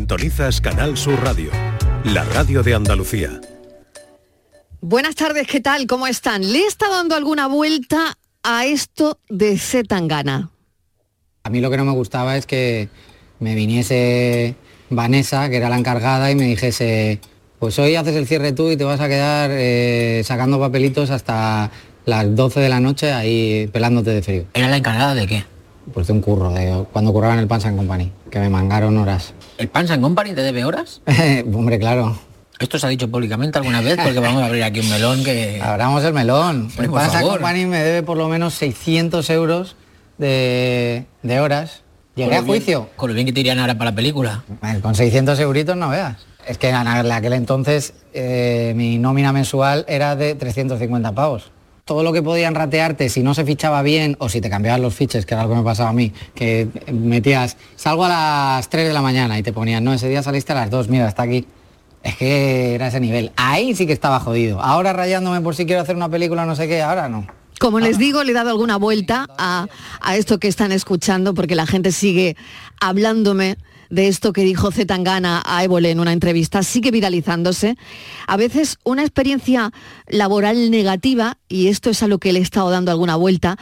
Sintonizas Canal Sur Radio, la radio de Andalucía. Buenas tardes, ¿qué tal? ¿Cómo están? ¿Le está dando alguna vuelta a esto de Zetangana? A mí lo que no me gustaba es que me viniese Vanessa, que era la encargada, y me dijese, pues hoy haces el cierre tú y te vas a quedar eh, sacando papelitos hasta las 12 de la noche ahí pelándote de frío. ¿Era la encargada de qué? Pues de un curro, de cuando curraba en el Pans and Company, que me mangaron horas. ¿El Pans and Company te debe horas? Hombre, claro. Esto se ha dicho públicamente alguna vez porque vamos a abrir aquí un melón que... Abramos el melón. Hombre, el por Pans and favor. Company me debe por lo menos 600 euros de, de horas. Llegué Con a lo bien- juicio. Con lo bien que te irían ahora para la película. Bueno, Con 600 euritos no veas. Es que en aquel entonces eh, mi nómina mensual era de 350 pavos. Todo lo que podían ratearte si no se fichaba bien o si te cambiaban los fiches, que era lo que me pasaba a mí, que metías, salgo a las 3 de la mañana y te ponían, no, ese día saliste a las 2, mira, está aquí. Es que era ese nivel. Ahí sí que estaba jodido. Ahora rayándome por si quiero hacer una película, no sé qué, ahora no. Como les digo, le he dado alguna vuelta a, a esto que están escuchando porque la gente sigue hablándome de esto que dijo Zetangana a Évole en una entrevista, sigue viralizándose. A veces una experiencia laboral negativa, y esto es a lo que le he estado dando alguna vuelta,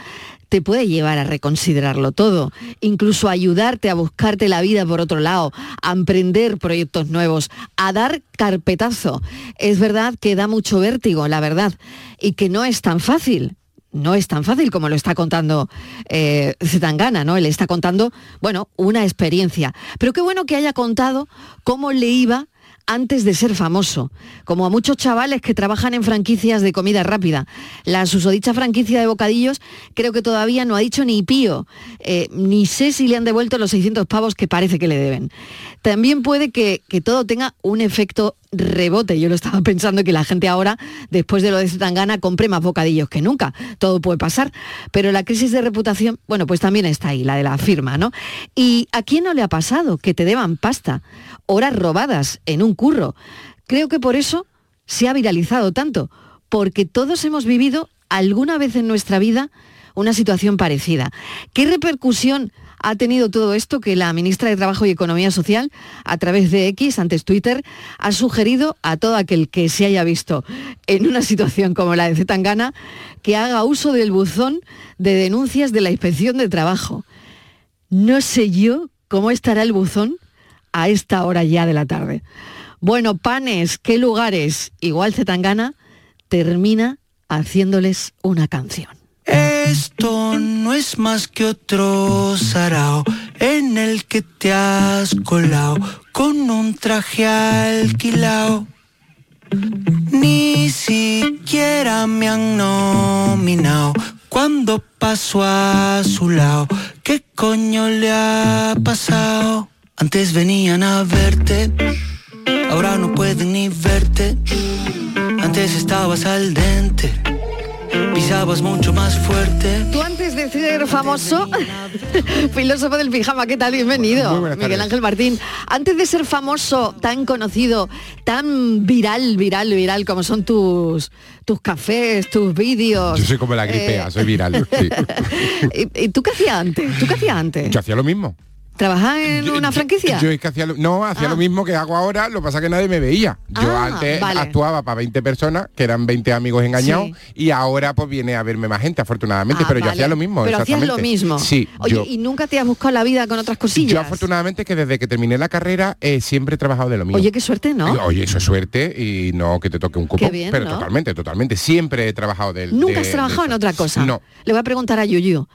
te puede llevar a reconsiderarlo todo, incluso a ayudarte a buscarte la vida por otro lado, a emprender proyectos nuevos, a dar carpetazo. Es verdad que da mucho vértigo, la verdad, y que no es tan fácil no es tan fácil como lo está contando eh, Zetangana, ¿no? Él está contando, bueno, una experiencia. Pero qué bueno que haya contado cómo le iba antes de ser famoso, como a muchos chavales que trabajan en franquicias de comida rápida. La susodicha franquicia de bocadillos creo que todavía no ha dicho ni pío, eh, ni sé si le han devuelto los 600 pavos que parece que le deben. También puede que, que todo tenga un efecto rebote. Yo lo estaba pensando que la gente ahora, después de lo de Zetangana, compre más bocadillos que nunca. Todo puede pasar. Pero la crisis de reputación, bueno, pues también está ahí, la de la firma, ¿no? ¿Y a quién no le ha pasado que te deban pasta? Horas robadas en un curro. Creo que por eso se ha viralizado tanto, porque todos hemos vivido alguna vez en nuestra vida una situación parecida. ¿Qué repercusión ha tenido todo esto que la ministra de Trabajo y Economía Social, a través de X, antes Twitter, ha sugerido a todo aquel que se haya visto en una situación como la de Zetangana que haga uso del buzón de denuncias de la Inspección de Trabajo? No sé yo cómo estará el buzón a esta hora ya de la tarde. Bueno, panes, qué lugares, igual Zetangana termina haciéndoles una canción. Esto no es más que otro sarao en el que te has colado con un traje alquilao. Ni siquiera me han nominado cuando paso a su lado. ¿Qué coño le ha pasado? Antes venían a verte, ahora no pueden ni verte. Antes estabas al dente, pisabas mucho más fuerte. Tú antes de ser famoso, filósofo del pijama, ¿qué tal? Bienvenido, Muy buenas Miguel tardes. Ángel Martín. Antes de ser famoso, tan conocido, tan viral, viral, viral, como son tus, tus cafés, tus vídeos. Yo soy como la Eh. gripea, soy viral. sí. ¿Y, y tú qué hacías antes? ¿Tú qué hacías antes? Yo hacía lo mismo. ¿Trabajabas en una franquicia? Yo es que hacía lo, no, hacía lo mismo que hago ahora, lo que pasa es que nadie me veía. Yo Ah, antes vale. actuaba para 20 personas, que eran 20 amigos engañados, Sí. y ahora pues viene a verme más gente, afortunadamente, Ah, pero yo vale. hacía lo mismo. Pero hacías lo exactamente. mismo. Sí, Oye, yo, ¿y nunca te has buscado la vida con otras cosillas? yo afortunadamente que desde que terminé la carrera eh, siempre he trabajado de lo mismo. Oye, qué suerte, ¿no? Oye, eso es suerte y no que te toque un cupo. Qué bien, pero ¿no? totalmente, totalmente. Siempre he trabajado del. Nunca de- has trabajado de- en otra cosa. No. Le voy a preguntar a Yuyu.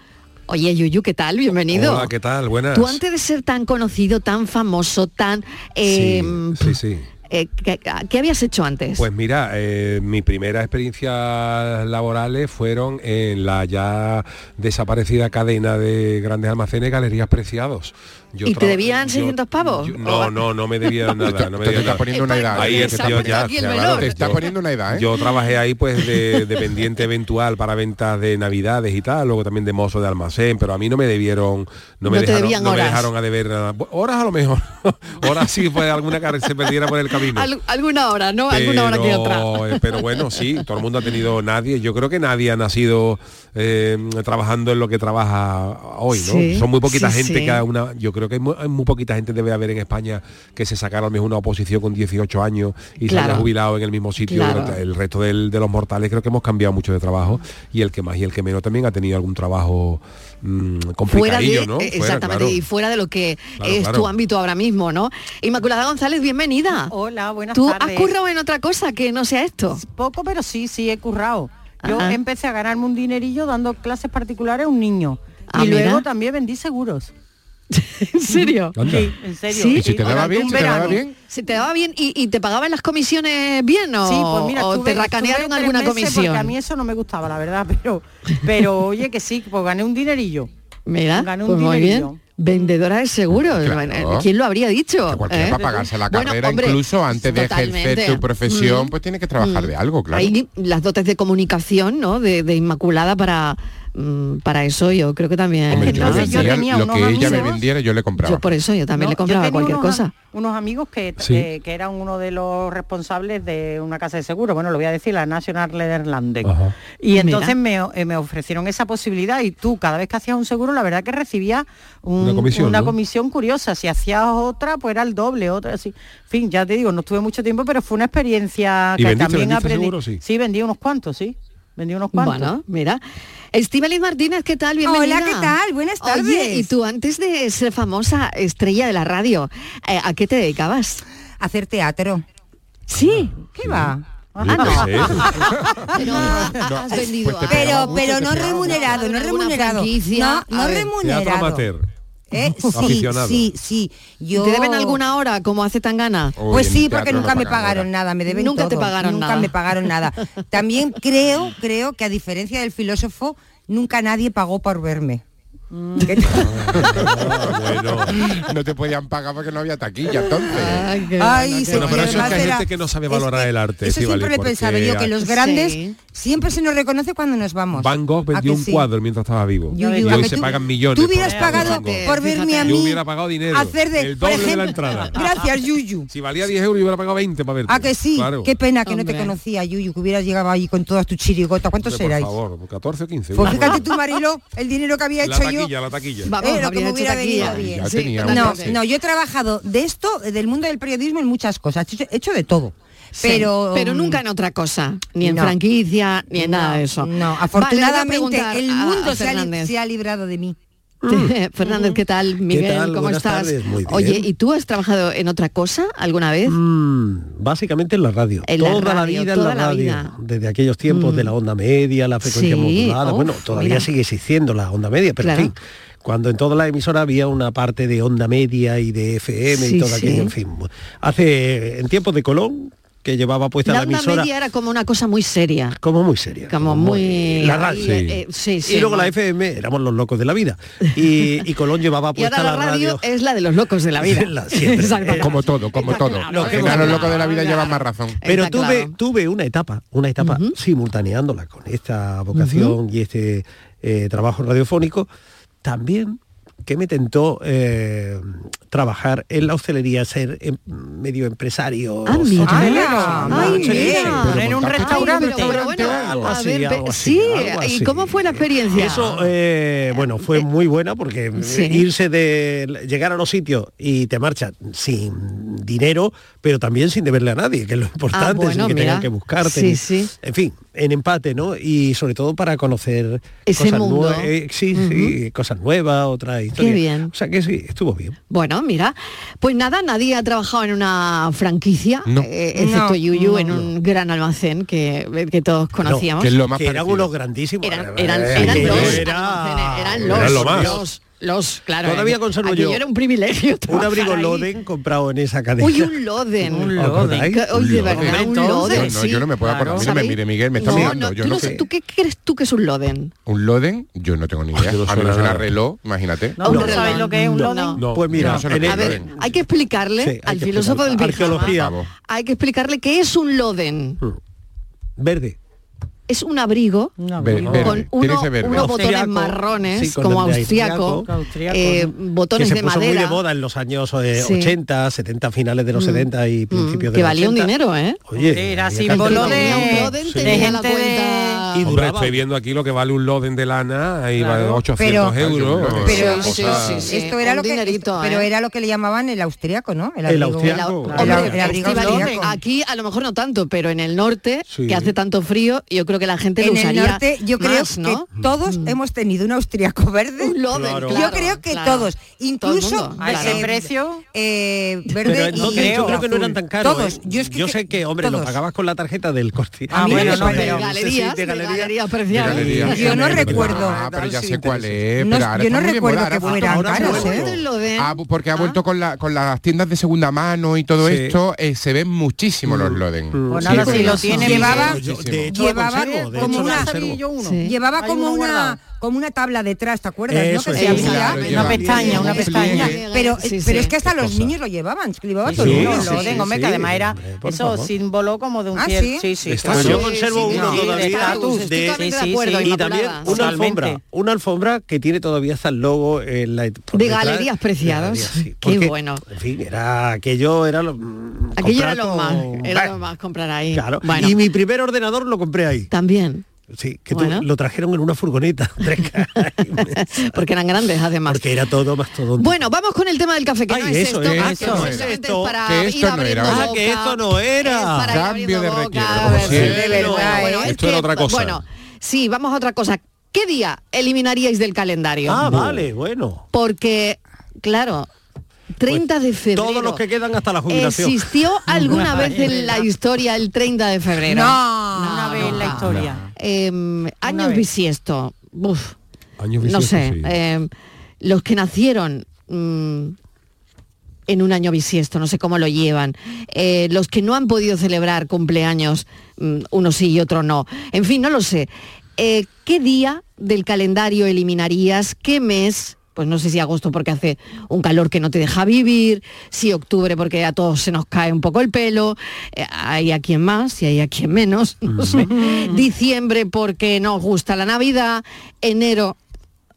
Oye, Yuyu, ¿qué tal? Bienvenido. Hola, ¿qué tal? Buenas. Tú antes de ser tan conocido, tan famoso, tan... eh, Sí, sí. eh, ¿qué, qué habías hecho antes? Pues mira, eh, mis primeras experiencias laborales fueron en la ya desaparecida cadena de grandes almacenes Galerías Preciados. Yo ¿Y te traba- debían yo- 600 pavos? yo- no, no, no me debían nada. No me Oh. Te debían está nada. poniendo una edad. Ahí ¿eh? es, tío, ya, aquí el ya, melón. claro, Te está yo- poniendo una edad, ¿eh? Yo trabajé ahí pues de dependiente eventual para ventas de navidades y tal, luego también de mozo de almacén, pero a mí no me debieron, no me, No te dejaron, debían no me horas. dejaron a deber nada. Bu- Horas a lo mejor, horas sí pues alguna que se perdiera por el camino. Al- alguna hora, ¿no? Alguna hora que otra. eh, pero bueno, sí, todo el mundo ha tenido nadie. Yo creo que nadie ha nacido eh, trabajando en lo que trabaja hoy, ¿no? Sí, Son muy poquita sí, gente sí. que ha una. Yo creo que hay mu- hay muy, poquita gente debe haber en España que se sacara a lo mejor una oposición con 18 años y se Claro. haya jubilado en el mismo sitio. Claro. durante- El resto del- de los mortales creo que hemos cambiado mucho de trabajo y el que más y el que menos también ha tenido algún trabajo mm, fuera de complicadillo, ¿no? eh, Fuera, exactamente claro. y fuera de lo que Claro, es claro. tu ámbito ahora mismo no inmaculada gonzález Ah. bienvenida Hola, buenas tú tardes. has currado en otra cosa que no sea esto Poco, pero sí, sí, he currado. Yo Ajá. empecé a ganarme un dinerillo dando clases particulares a un niño. Ah, y mira. luego también vendí seguros. en serio Anda. En serio. Sí. ¿Y si te daba durante bien? un ¿Si te daba verano. bien? se te daba bien y, y te pagaban las comisiones bien o, Sí, pues mira, o estuve- te racanearon estuve alguna tres meses Porque a mí comisión eso no me gustaba, la verdad, pero, pero oye que sí, pues gané un dinerillo. mira gané un pues muy dinerillo. bien vendedora de seguros bueno, eh, quién lo habría dicho Que cualquiera ¿eh? para pagarse la Bueno, carrera, hombre, incluso antes de totalmente. ejercer tu profesión, Mm. pues tienes que trabajar de algo, claro. Hay las dotes de comunicación, ¿no? De, de Inmaculada para, mm, para eso yo creo que también. Hombre, ¿no? yo le Entonces, yo vendía tenía lo unos que ella me amigos- vendiera, yo le compraba. Yo por eso yo también No, le yo compraba tenía cualquier unos cosa. am- Unos amigos que, Sí. eh, que eran uno de los responsables de una casa de seguro, bueno, lo voy a decir, la National Nederlanden. Ajá. Y Pues entonces me, eh, me ofrecieron esa posibilidad y tú cada vez que hacías un seguro, la verdad que recibías un- Una comisión, ¿no? comisión curiosa. Si hacías otra, pues era el doble, otra así. En fin, ya te digo, no estuve mucho tiempo, pero fue una experiencia ¿Y que vendiste- también vendiste aprendí. seguro, sí? vendí unos cuantos, sí. Vendí unos cuantos. Bueno, mira. Estibaliz Martínez, ¿qué tal? Bienvenida. Hola, ¿qué tal? Buenas Oye, tardes. y tú antes de ser famosa estrella de la radio, eh, ¿a qué te dedicabas? Hacer teatro. Sí. ¿Qué va? Ah, Yo qué sé. Pero ¿ha- ha- has vendido pues algo? te Pero, mucho, pero te no pegaba remunerado, mucho. no ¿Alguna remunerado. franquicia? No, A no ver. Teatro remunerado. amateur. Eh, Sí, Aficionado. sí, sí. Yo... ¿Te deben alguna hora como hace Tangana? Uy, Pues en sí, teatro porque no nunca me pagan ahora. pagaron nada, me deben Nunca te todo, pagaron nunca nada. me pagaron nada. También creo, creo que a diferencia del filósofo, nunca nadie pagó por verme. No te podían pagar porque no había taquilla, entonces. Ay, qué Ay, bueno, sí, qué Bueno, pero y eso es que hay además gente era- que no sabe valorar es que el arte, Eso sí, vale, siempre lo he porque pensado yo, que los Sí. grandes siempre se nos reconoce cuando nos vamos. Van Gogh ¿A vendió que un sí? cuadro mientras estaba vivo. Yuyu, y ¿a hoy que se tú- pagan millones. Tú hubieras por- por pagado Van Gogh. por verme a Fíjate. mí. Yo hubiera pagado dinero, Hacer de, el doble por de la ejemplo, entrada. Gracias, Yuyu. Si valía 10 euros, yo hubiera pagado 20 para verte. ¿A que sí? Claro. Qué pena que no Hombre. te conocía, Yuyu, que hubieras llegado ahí con todas tus chirigotas. ¿Cuántos Hombre, erais? Por favor, 14 o 15. Pues una fíjate cosa. tú, Marilo, el dinero que había la hecho taquilla, yo. la taquilla. Vamos, Eh, lo que habría me hecho hubiera taquilla. venido bien. Ya tenía totalmente. No, Sí. no, yo he trabajado de esto, del mundo del periodismo, en muchas cosas. He hecho- He hecho de todo. Sí, Pero, mm, pero nunca en otra cosa, ni en no. franquicia, ni en nada de eso. No, Vale, le voy afortunadamente a preguntar el a- mundo a se, ha li- Fernández. se ha librado de mí. Fernández, ¿qué tal? Miguel, tal? ¿cómo Buenas estás? tardes, muy bien. Oye, ¿y tú has trabajado en otra cosa alguna vez? Mm, básicamente en la radio. En la toda la, radio, vida toda en la la radio. vida. Mm. Desde aquellos tiempos de la onda media, la frecuencia Sí, modulada. uf, bueno, todavía mira. sigue existiendo la onda media, pero Claro. en fin. Cuando en toda la emisora había una parte de onda media y de FM Sí, y todo aquello, sí. en fin. Hace en tiempos de Colón, que llevaba puesta La, la, onda emisora media era como una cosa muy seria. como muy seria. Como muy... La radio. ahí, eh, eh, sí, sí, y luego la muy- FM, éramos los locos de la vida. Y, y Colón llevaba Y puesta ahora la radio, es la de los locos de la vida. La- siempre. Eh, Exactamente. Como todo, como Está todo. claro, Los está enanos claro, locos de la vida claro. llevan más razón. Pero Está tuve, claro. tuve una etapa, una etapa simultaneándola con esta vocación y este eh, trabajo radiofónico, también que me tentó eh, trabajar en la hostelería, ser em- medio empresario. Ah, mira. Ah, Ay, sí, mira. pero En un montaste restaurante. Ay, pero- pero bueno, Algo a así, ver, algo pe- así, sí, algo ¿y así. cómo fue la experiencia? Eso, eh, bueno, fue muy buena porque eh, Sí. irse de llegar a los sitios y te marchas sin dinero, pero también sin deberle a nadie, que es lo importante, Ah, bueno, sin que mira. tengan que buscarte. Sí, ni- sí. En fin, en empate, ¿no? Y sobre todo para conocer Ese cosas mundo. nuevas. eh, sí, sí, cosas nuevas, otra historia. bien. O sea que sí, estuvo bien. Bueno, mira, pues nada, nadie ha trabajado en una franquicia, No. eh, excepto No, Yuyu, en un gran almacén que, que todos conocíamos. que es lo más que eran parecido. unos grandísimos. eran, Eh, eran, aquello eran los, era- almacenes, eran los, Era lo más. los, los, claro. Todavía aqu- conservo aquello yo era un privilegio. un trabajar abrigo ahí. Loden comprado en esa cadena. Uy, un Loden. Un ¿Os Loden. acordáis? Que- Uy, de Un Loden. verdad, un Entonces, Loden. yo no- sí. yo no me puedo acordar. A mí no me ¿Sabéis? mire, Miguel, me está No, mirando, no, yo tú no no sé- sé. ¿Tú qué crees tú que es un Loden? Un Loden, Ah, yo no tengo ni idea. Yo no A mí me suena suena nada. reloj, imagínate. No, no sabéis lo que es un No. loading? No, Pues yo mira, no sé lo en que el- A ver, Loden. hay que explicarle Sí, hay al que filósofo del explicarlo. Arqueología. pijama, hay que explicarle qué es un Loden. verde. Es un abrigo No, Ver- no. ver- con Verde, tiene uno- ese verde. unos botones Austriaco, marrones sí, con como el de austriaco, austriaco. eh, Austriaco, que botones se de puso madera muy de moda en los años eh, Sí. 80, 70, finales de los 70 y mm, principios de que los valía un 80. dinero, ¿eh? Oye, Sí, era había símbolo cantidad de- Tenía un dinero. Loden, de tenía la gente de- cuenta Ah, Hombre, estoy viendo aquí lo que vale un loden de lana, y vale 800 Pero- euros. Pero, o sea, esto era Un lo que dinerito, pero ¿eh? era lo que le llamaban el austriaco, ¿no? El abrigo. austriaco, El au- claro. el abrigo Estivali, austriaco. aquí a lo mejor no tanto, pero en el norte, Sí. que hace tanto frío, yo creo que la gente lo En el usaría norte yo creo más, ¿no? Mm. que todos hemos tenido un austriaco verde. Un loden, Claro. yo claro, creo que claro. todos, Todo el incluso mundo, ¿A ese claro. precio? eh, Pero verde eh, y no, creo, yo creo que no azul. eran tan caros. Todos, ¿eh? yo, es que sé que, hombre, lo todos. pagabas con la tarjeta del corte. Ah, mí bueno, me no, parece pero... que Galerías, de de galería. galerías De preciadas. galería. Yo no Ah, recuerdo. pero ya Sí, sé cuál es. No, pero ahora yo está no muy de recuerdo moda, que ahora está- fueran ahora se ha caros, vuelto. ¿eh? Lo de- Ah, porque ha Ah. vuelto con, la- con las tiendas de segunda mano y todo Sí. esto, eh, se ven muchísimo los Loden. Pues Sí, nada, es si verdad. lo tiene Llevaba- Yo- Muchísimo. de hecho, la Llevaba conservo, de como hecho, la una- conservo. yo uno. Sí. Llevaba Hay como uno una, guardado. como una tabla detrás, ¿te acuerdas? no? Eso Que es, se sí, abría. claro, Una lleva- pestaña, una pestaña. Pero, Sí, pero sí. es que hasta los Cosa. niños lo llevaban, lo llevaba Sí, todo Sí, el sí, mundo. ¿eh? lo sí, tengo, sí, hombre, sí. que además era Hombre, por eso favor. símbolo como de un Ah, cierto ¿sí? sí, sí, Está claro. yo conservo sí, uno sí, todavía de de- estatus, de- Estoy totalmente sí, de sí, acuerdo, sí. y también Inmaculada. una Totalmente. alfombra, una alfombra que tiene todavía hasta el logo en la por De detrás. galerías preciadas. Qué bueno. En fin, era aquello era lo mm, Aquello era comprar lo con- más, era Bah, lo más comprar ahí. Claro. Bueno, Y mi primer ordenador lo compré ahí. también, Sí, que tú- Bueno. lo trajeron en una furgoneta. tres cajas. porque eran grandes además. Porque era todo más todo. Bueno, vamos con el tema del café, que Ay, no es eso esto, es, ah, eso que no es era. esto es para Que ir esto no abriendo era. Ah, boca, que esto no era. es para ir Cambio abriendo de boca, requiebro, a ver, como siempre. sí, bueno, verdad, bueno, ¿eh? es Esto era que, otra cosa. Bueno, sí, vamos a otra cosa. ¿Qué día eliminaríais del calendario? Ah, vale, bueno. Porque, claro, 30 de febrero. Todos los que quedan hasta la jubilación. ¿Existió alguna vez en la historia el 30 de febrero? No, Una vez en la historia. Em, años vez. bisiesto. Uf, años no bisiesto, sé. sí. em, los que nacieron mm, en un año bisiesto, no sé cómo lo llevan. Eh, los que no han podido celebrar cumpleaños, mm, unos sí y otros no. En fin, no lo sé. Eh, ¿Qué día del calendario eliminarías? ¿Qué mes? Pues no sé si agosto porque hace un calor que no te deja vivir, si octubre porque a todos se nos cae un poco el pelo, eh, hay a quien más y hay a quien menos, no sé. Diciembre porque nos gusta la Navidad, enero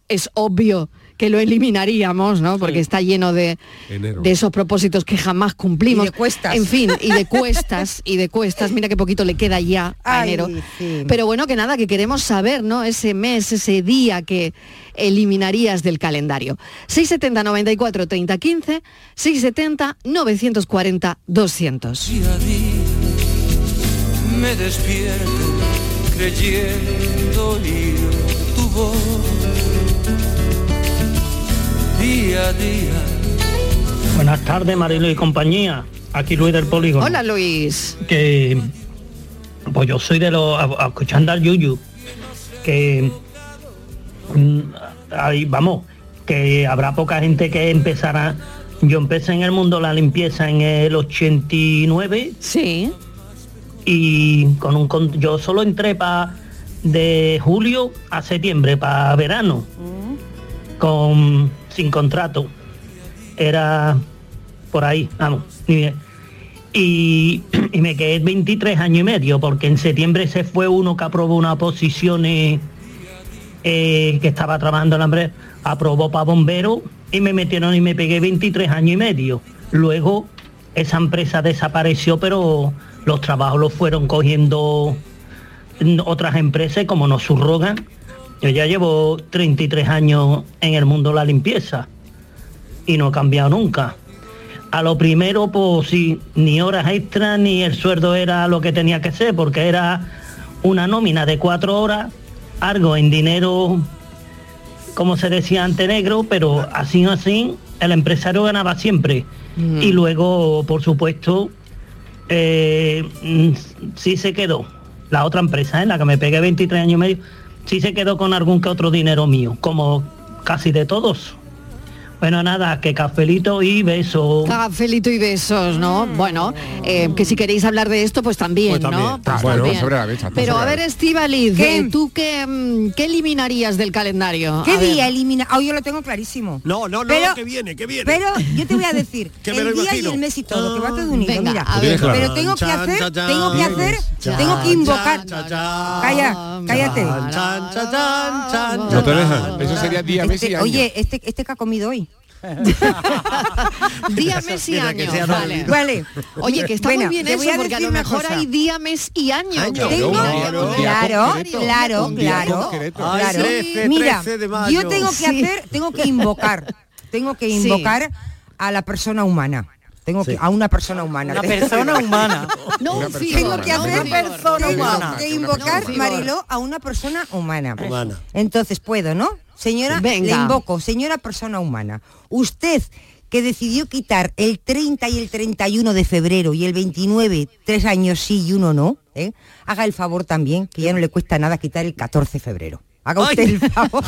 es obvio que lo eliminaríamos, ¿no? Porque está lleno de, Enero. de esos propósitos que jamás cumplimos. Y de cuestas. En fin, y de cuestas, y de cuestas. Mira qué poquito le queda ya a Ay, enero. sí. Pero bueno, que nada, que queremos saber, ¿no? Ese mes, ese día que eliminarías del calendario. 670 94 30 15, 670 940 200. Día a día me despierto creyendo oír tu voz. Día a día. Buenas tardes, Marilo y compañía. Aquí Luis del Polígono. Hola Luis. Que pues yo soy de los a- a- escuchando al Yuyu. Que mm, ahí vamos, que habrá poca gente que empezará. Yo empecé en el mundo la limpieza en el 89 Sí. y con un con- yo solo entré para de julio a septiembre para verano con sin contrato era por ahí vamos ni bien. y, y me quedé 23 años y medio porque en septiembre se fue uno que aprobó una posición eh, eh, que estaba trabajando en la empresa, aprobó para bombero y me metieron y me pegué 23 años y medio. Luego esa empresa desapareció, pero los trabajos los fueron cogiendo mm, otras empresas y como nos subrogan. Yo ya llevo 33 años en el mundo de la limpieza y no he cambiado nunca. A lo primero, pues sí, ni horas extra ni el sueldo era lo que tenía que ser, porque era una nómina de cuatro horas, algo en dinero, como se decía antes, negro, pero así o así, el empresario ganaba siempre. Y luego, por supuesto, eh, mm, sí se quedó. La otra empresa en la que me pegué 23 años y medio, sí se quedó con algún que otro dinero mío, como casi de todos. Bueno, nada, que cafelito y beso. Cafelito Ah, y besos, ¿no? Mm. Bueno, eh, que si queréis hablar de esto, pues también, Pues también, ¿no? está Pues bueno, también. sobre la mesa, está Pero sobre a la ver, mesa. Estivaliz, ¿Qué? eh, ¿tú qué, mm, qué eliminarías del calendario? ¿Qué A ver. día elimina? Ah, yo lo tengo clarísimo. No, no, no, Pero- que viene, que viene. Pero yo te voy a decir, Que me lo el día y imagino. el mes y todo, que va todo unido, Venga, mira. a ver. Claro. Pero tengo que Chan, hacer, chan, chan. tengo que hacer, Chan, tengo que chan, invocar. chan, chan. Calla, cállate. Chan, chan, chan, chan, No te chan. dejan. Eso sería día, mes y Este- año. oye, este, este que ha comido hoy. día, mes y Mira año. que sea Vale. normalito. Vale. Oye, que está Bueno, muy bien te eso, voy a porque a decir lo una mejor cosa. hay día, mes y año. Año, Tengo- claro, Tengo- claro, claro, Un día claro, concreto. claro. Ay, 13, Mira, 13 de yo mayo. tengo que Sí. hacer, tengo que invocar, tengo que Sí. invocar a la persona humana. Tengo que, a una persona humana. Una persona humana. No, Una un persona tengo figura, que no un hacer figura. tengo humana. que Una invocar, persona. Mariló, a una persona humana. Humana. Entonces puedo, ¿no? Señora, Venga. le invoco, señora persona humana. Usted que decidió quitar el 30 y el 31 de febrero y el 29, tres años sí y uno no, ¿eh? haga el favor también, que ya no le cuesta nada quitar el 14 de febrero. Haga usted el favor.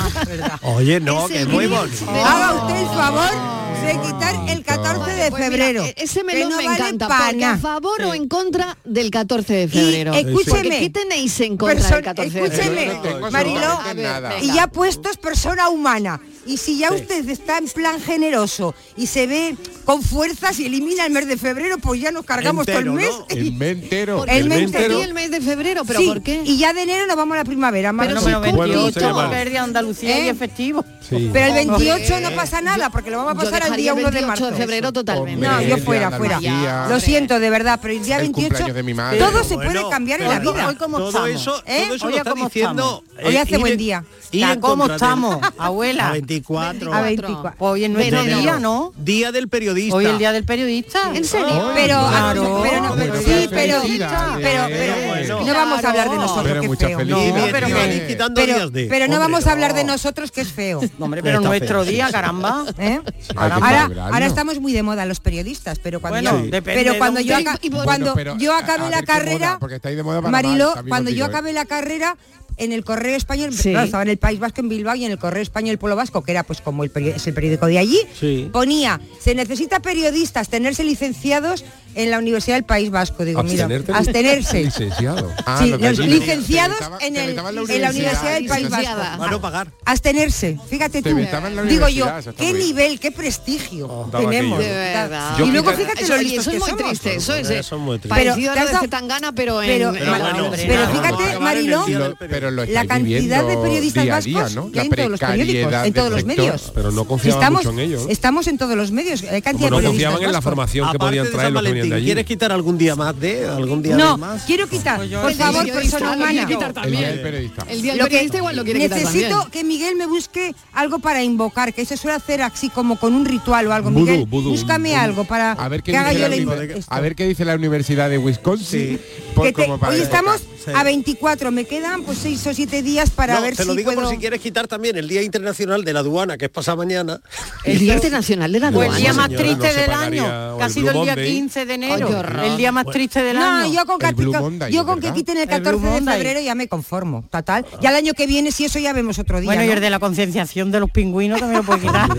Oye, no, que es muy bonito. Haga usted el favor de quitar el 14 de Pues mira, febrero. e- ese que melón no me vale encanta, pa' porque a nada. favor o en contra del 14 de febrero. escúcheme. Porque ¿Qué tenéis en contra Perso- del 14 de febrero? escúcheme, Yo no tengo Mariló, absolutamente nada. y ya puesto es persona humana. Y si ya usted está en plan generoso y se ve con fuerzas y elimina el mes de febrero, pues ya nos cargamos todo el mes. Entero, El mes entero. Porque El mes entero. perdí el mes de febrero, pero Sí, ¿por qué? Y ya de enero nos vamos a la primavera, Pero marzo. si pero, el bueno, sería 28 mal. volver de Andalucía ¿Eh? y efectivo. Sí. el 28 no Hombre, pasa nada, porque lo vamos a Yo pasar el dejaría día 1 de 28 marzo. de febrero totalmente. No, Hombre, yo el fuera, día fuera. de Andalucía. Lo siento, de verdad, pero el día El 28 cumpleaños de mi madre. todo se Bueno, puede cambiar en pero la vida. Hoy cómo todo estamos, eso, ¿eh? todo eso Hoy lo a están cómo diciendo. eh, estamos. Hoy hace ir buen en- día. ir Está, en ¿Cómo contra del- estamos, A abuela? 24. A 24. 24. Hoy es nuestro de enero. día, ¿no? Día del periodista. Hoy el día del periodista. ¿En serio? Pero, ah, Claro. pero no, Bueno, sí, pero pero, felicidades. pero, pero- Eh, Bueno. no vamos a hablar de nosotros, Pero que mucha feo. Y felicidad. bien, pero y que- bien, quitando Pero, días de- pero no Hombre, vamos a hablar de no. nosotros, que es feo. No, hombre, pero Está nuestro feo, día, sí, sí. caramba. ¿eh? Ahora, celebrarlo. ahora estamos muy de moda los periodistas, pero cuando Bueno, yo, depende pero cuando de yo, dónde- aca- y- y- cuando Bueno, pero yo a- acabe a la ver qué moda, carrera, porque estáis de moda para Mariló, mal, también cuando os yo digo, acabe la carrera en el Correo Español, Sí. no, estaba en el País Vasco en Bilbao y en el Correo Español el Pueblo Vasco, que era pues como el peri- es el periódico de allí, Sí. ponía, se necesita periodistas, tenerse licenciados en la Universidad del País Vasco, digo, mira, Abstenerte. abstenerse. Licenciado. Ah, Sí, lo que los allí- licenciados te vetaba- en, te el- vetaban en la Universidad del País Licenciada. Vasco. Van a pagar. Abstenerse, fíjate Te tú. vetaban en la Digo yo, universidad, eso está qué muy bien. nivel, qué prestigio daba tenemos. aquello. De verdad. y luego Yo- fíjate Eso, lo oye, listos eso que es muy somos. triste, eso es, Hombre, eh, eso es muy triste. parecido a Pero, lo ¿te has de dado- Zetangana, pero en... Pero, en Pero Mar- la- bueno, pero no, vamos a fíjate, acabar en el Mariló, cielo. Pero, pero lo la estáis cantidad de viviendo periodistas día a vascos día, ¿no? que La hay en todos los periódicos, precariedad en todos los del sector. medios. Pero no confiaban estamos, mucho en ellos. Estamos en todos los medios. Hay Como cantidad no de periodistas confiaban en la vascos. formación que Aparte podían de traer San los que venían de Valentín, allí. ¿quieres quitar algún día más de algún día de No, más? Eh, quiero quitar, por El favor, periodista persona lo quiere humana. quitar El día también. del periodista. El día del Lo que- periodista igual lo quiere quitar también. Necesito que Miguel me busque algo para invocar, que se suele hacer así como con un ritual o algo. Vudú, Miguel, vudú. búscame algo para A ver, qué que haga dice yo la la univers- invocación. a ver qué dice la Universidad de Wisconsin. por- Que te- como para hoy invocar. estamos Sí. a 24, me quedan pues 6 o 7 días para No, ver te lo si digo puedo... por si quieres quitar también el Día Internacional de la Aduana, que es pasado mañana. Pues El Día Internacional de la Fue el Aduana. día más señora, triste no se del pagaría año, o que ha el sido el Blue día Monday. 15 de Ay, qué enero, horror. el día más triste del No, año. yo con, El que- Blue con- Monday, yo con que ¿verdad? quiten el El Blue 14 de Monday. febrero ya me conformo, total. Ya el año que viene, si eso ya vemos otro día. Bueno, y ¿no? el de la concienciación de los pingüinos también lo puede quitar.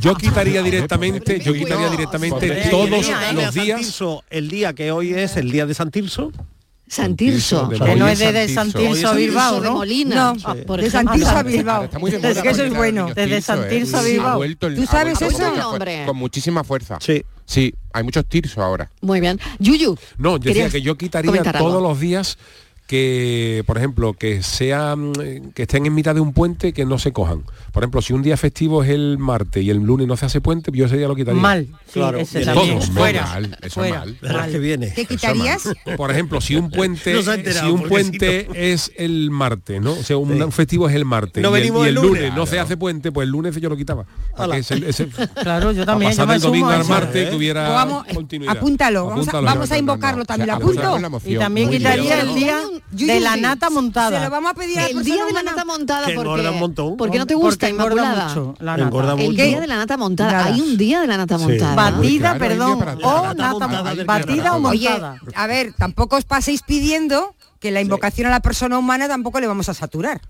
Yo quitaría directamente, yo quitaría Cuidado. directamente Hombre, todos el día de los San días. Tirso, el día que hoy es el día de San Tirso. Santirso. que no Hoy es desde San Hoy Tirso es a San Bilbao, Tirso de ¿no? Molina, No, por- por de ejemplo. Santirso a Ahora, Bilbao. Está muy de es moda que eso es ahorita bueno. los niños Desde tirso, San ¿eh? Tirso a Ha Bilbao. vuelto el- ¿Tú ha sabes vuelto eso? con mucha Hombre. fuer- Con muchísima fuerza. Sí. Sí, hay muchos tirsos ahora. Muy bien. Yuyu. No, yo decía ¿querías que yo quitaría comentar algo? todos los días que, por ejemplo, que sean eh, que estén en mitad de un puente que no se cojan. Por ejemplo, si un día festivo es el martes y el lunes no se hace puente, yo ese día lo quitaría. Mal. Sí, Claro, ese bien. también. Todos, Fuera. muy mal, eso fuera. mal. Verás que viene. ¿Qué quitarías? Por ejemplo, si un puente, No se ha enterado, si un pobrecito. puente es el martes, ¿no? O sea, un Sí. festivo es el martes No y el, venimos y el el lunes, lunes. no se hace puente, pues el lunes yo lo quitaba. Para Ala. que ese- ese- Claro, yo para también. yo pasar me del domingo sumo a al eso. martes que hubiera Pues vamos, eh, continuidad. apúntalo, vamos a- vamos a Fernando. invocarlo también, ¿lo O sea, apuntamos apunto? la Y emoción. también Muy bien. quitaría el Yo- día Yo- de yo- la sí. nata montada. Se lo vamos a pedir a la El día persona de la humana. nata montada Que engorda un porque, montón. porque no te gusta, Porque engorda Inmaculada. mucho la nata. Engorda El mucho. día de la nata montada. Nada. Hay un día de la nata Sí. montada. Batida, Claro, perdón. para- Oh. para O nata nata montada montada. del Batida o Carnaval. Oye, montada. a ver, tampoco os paséis pidiendo que la invocación a la persona humana tampoco le vamos a saturar.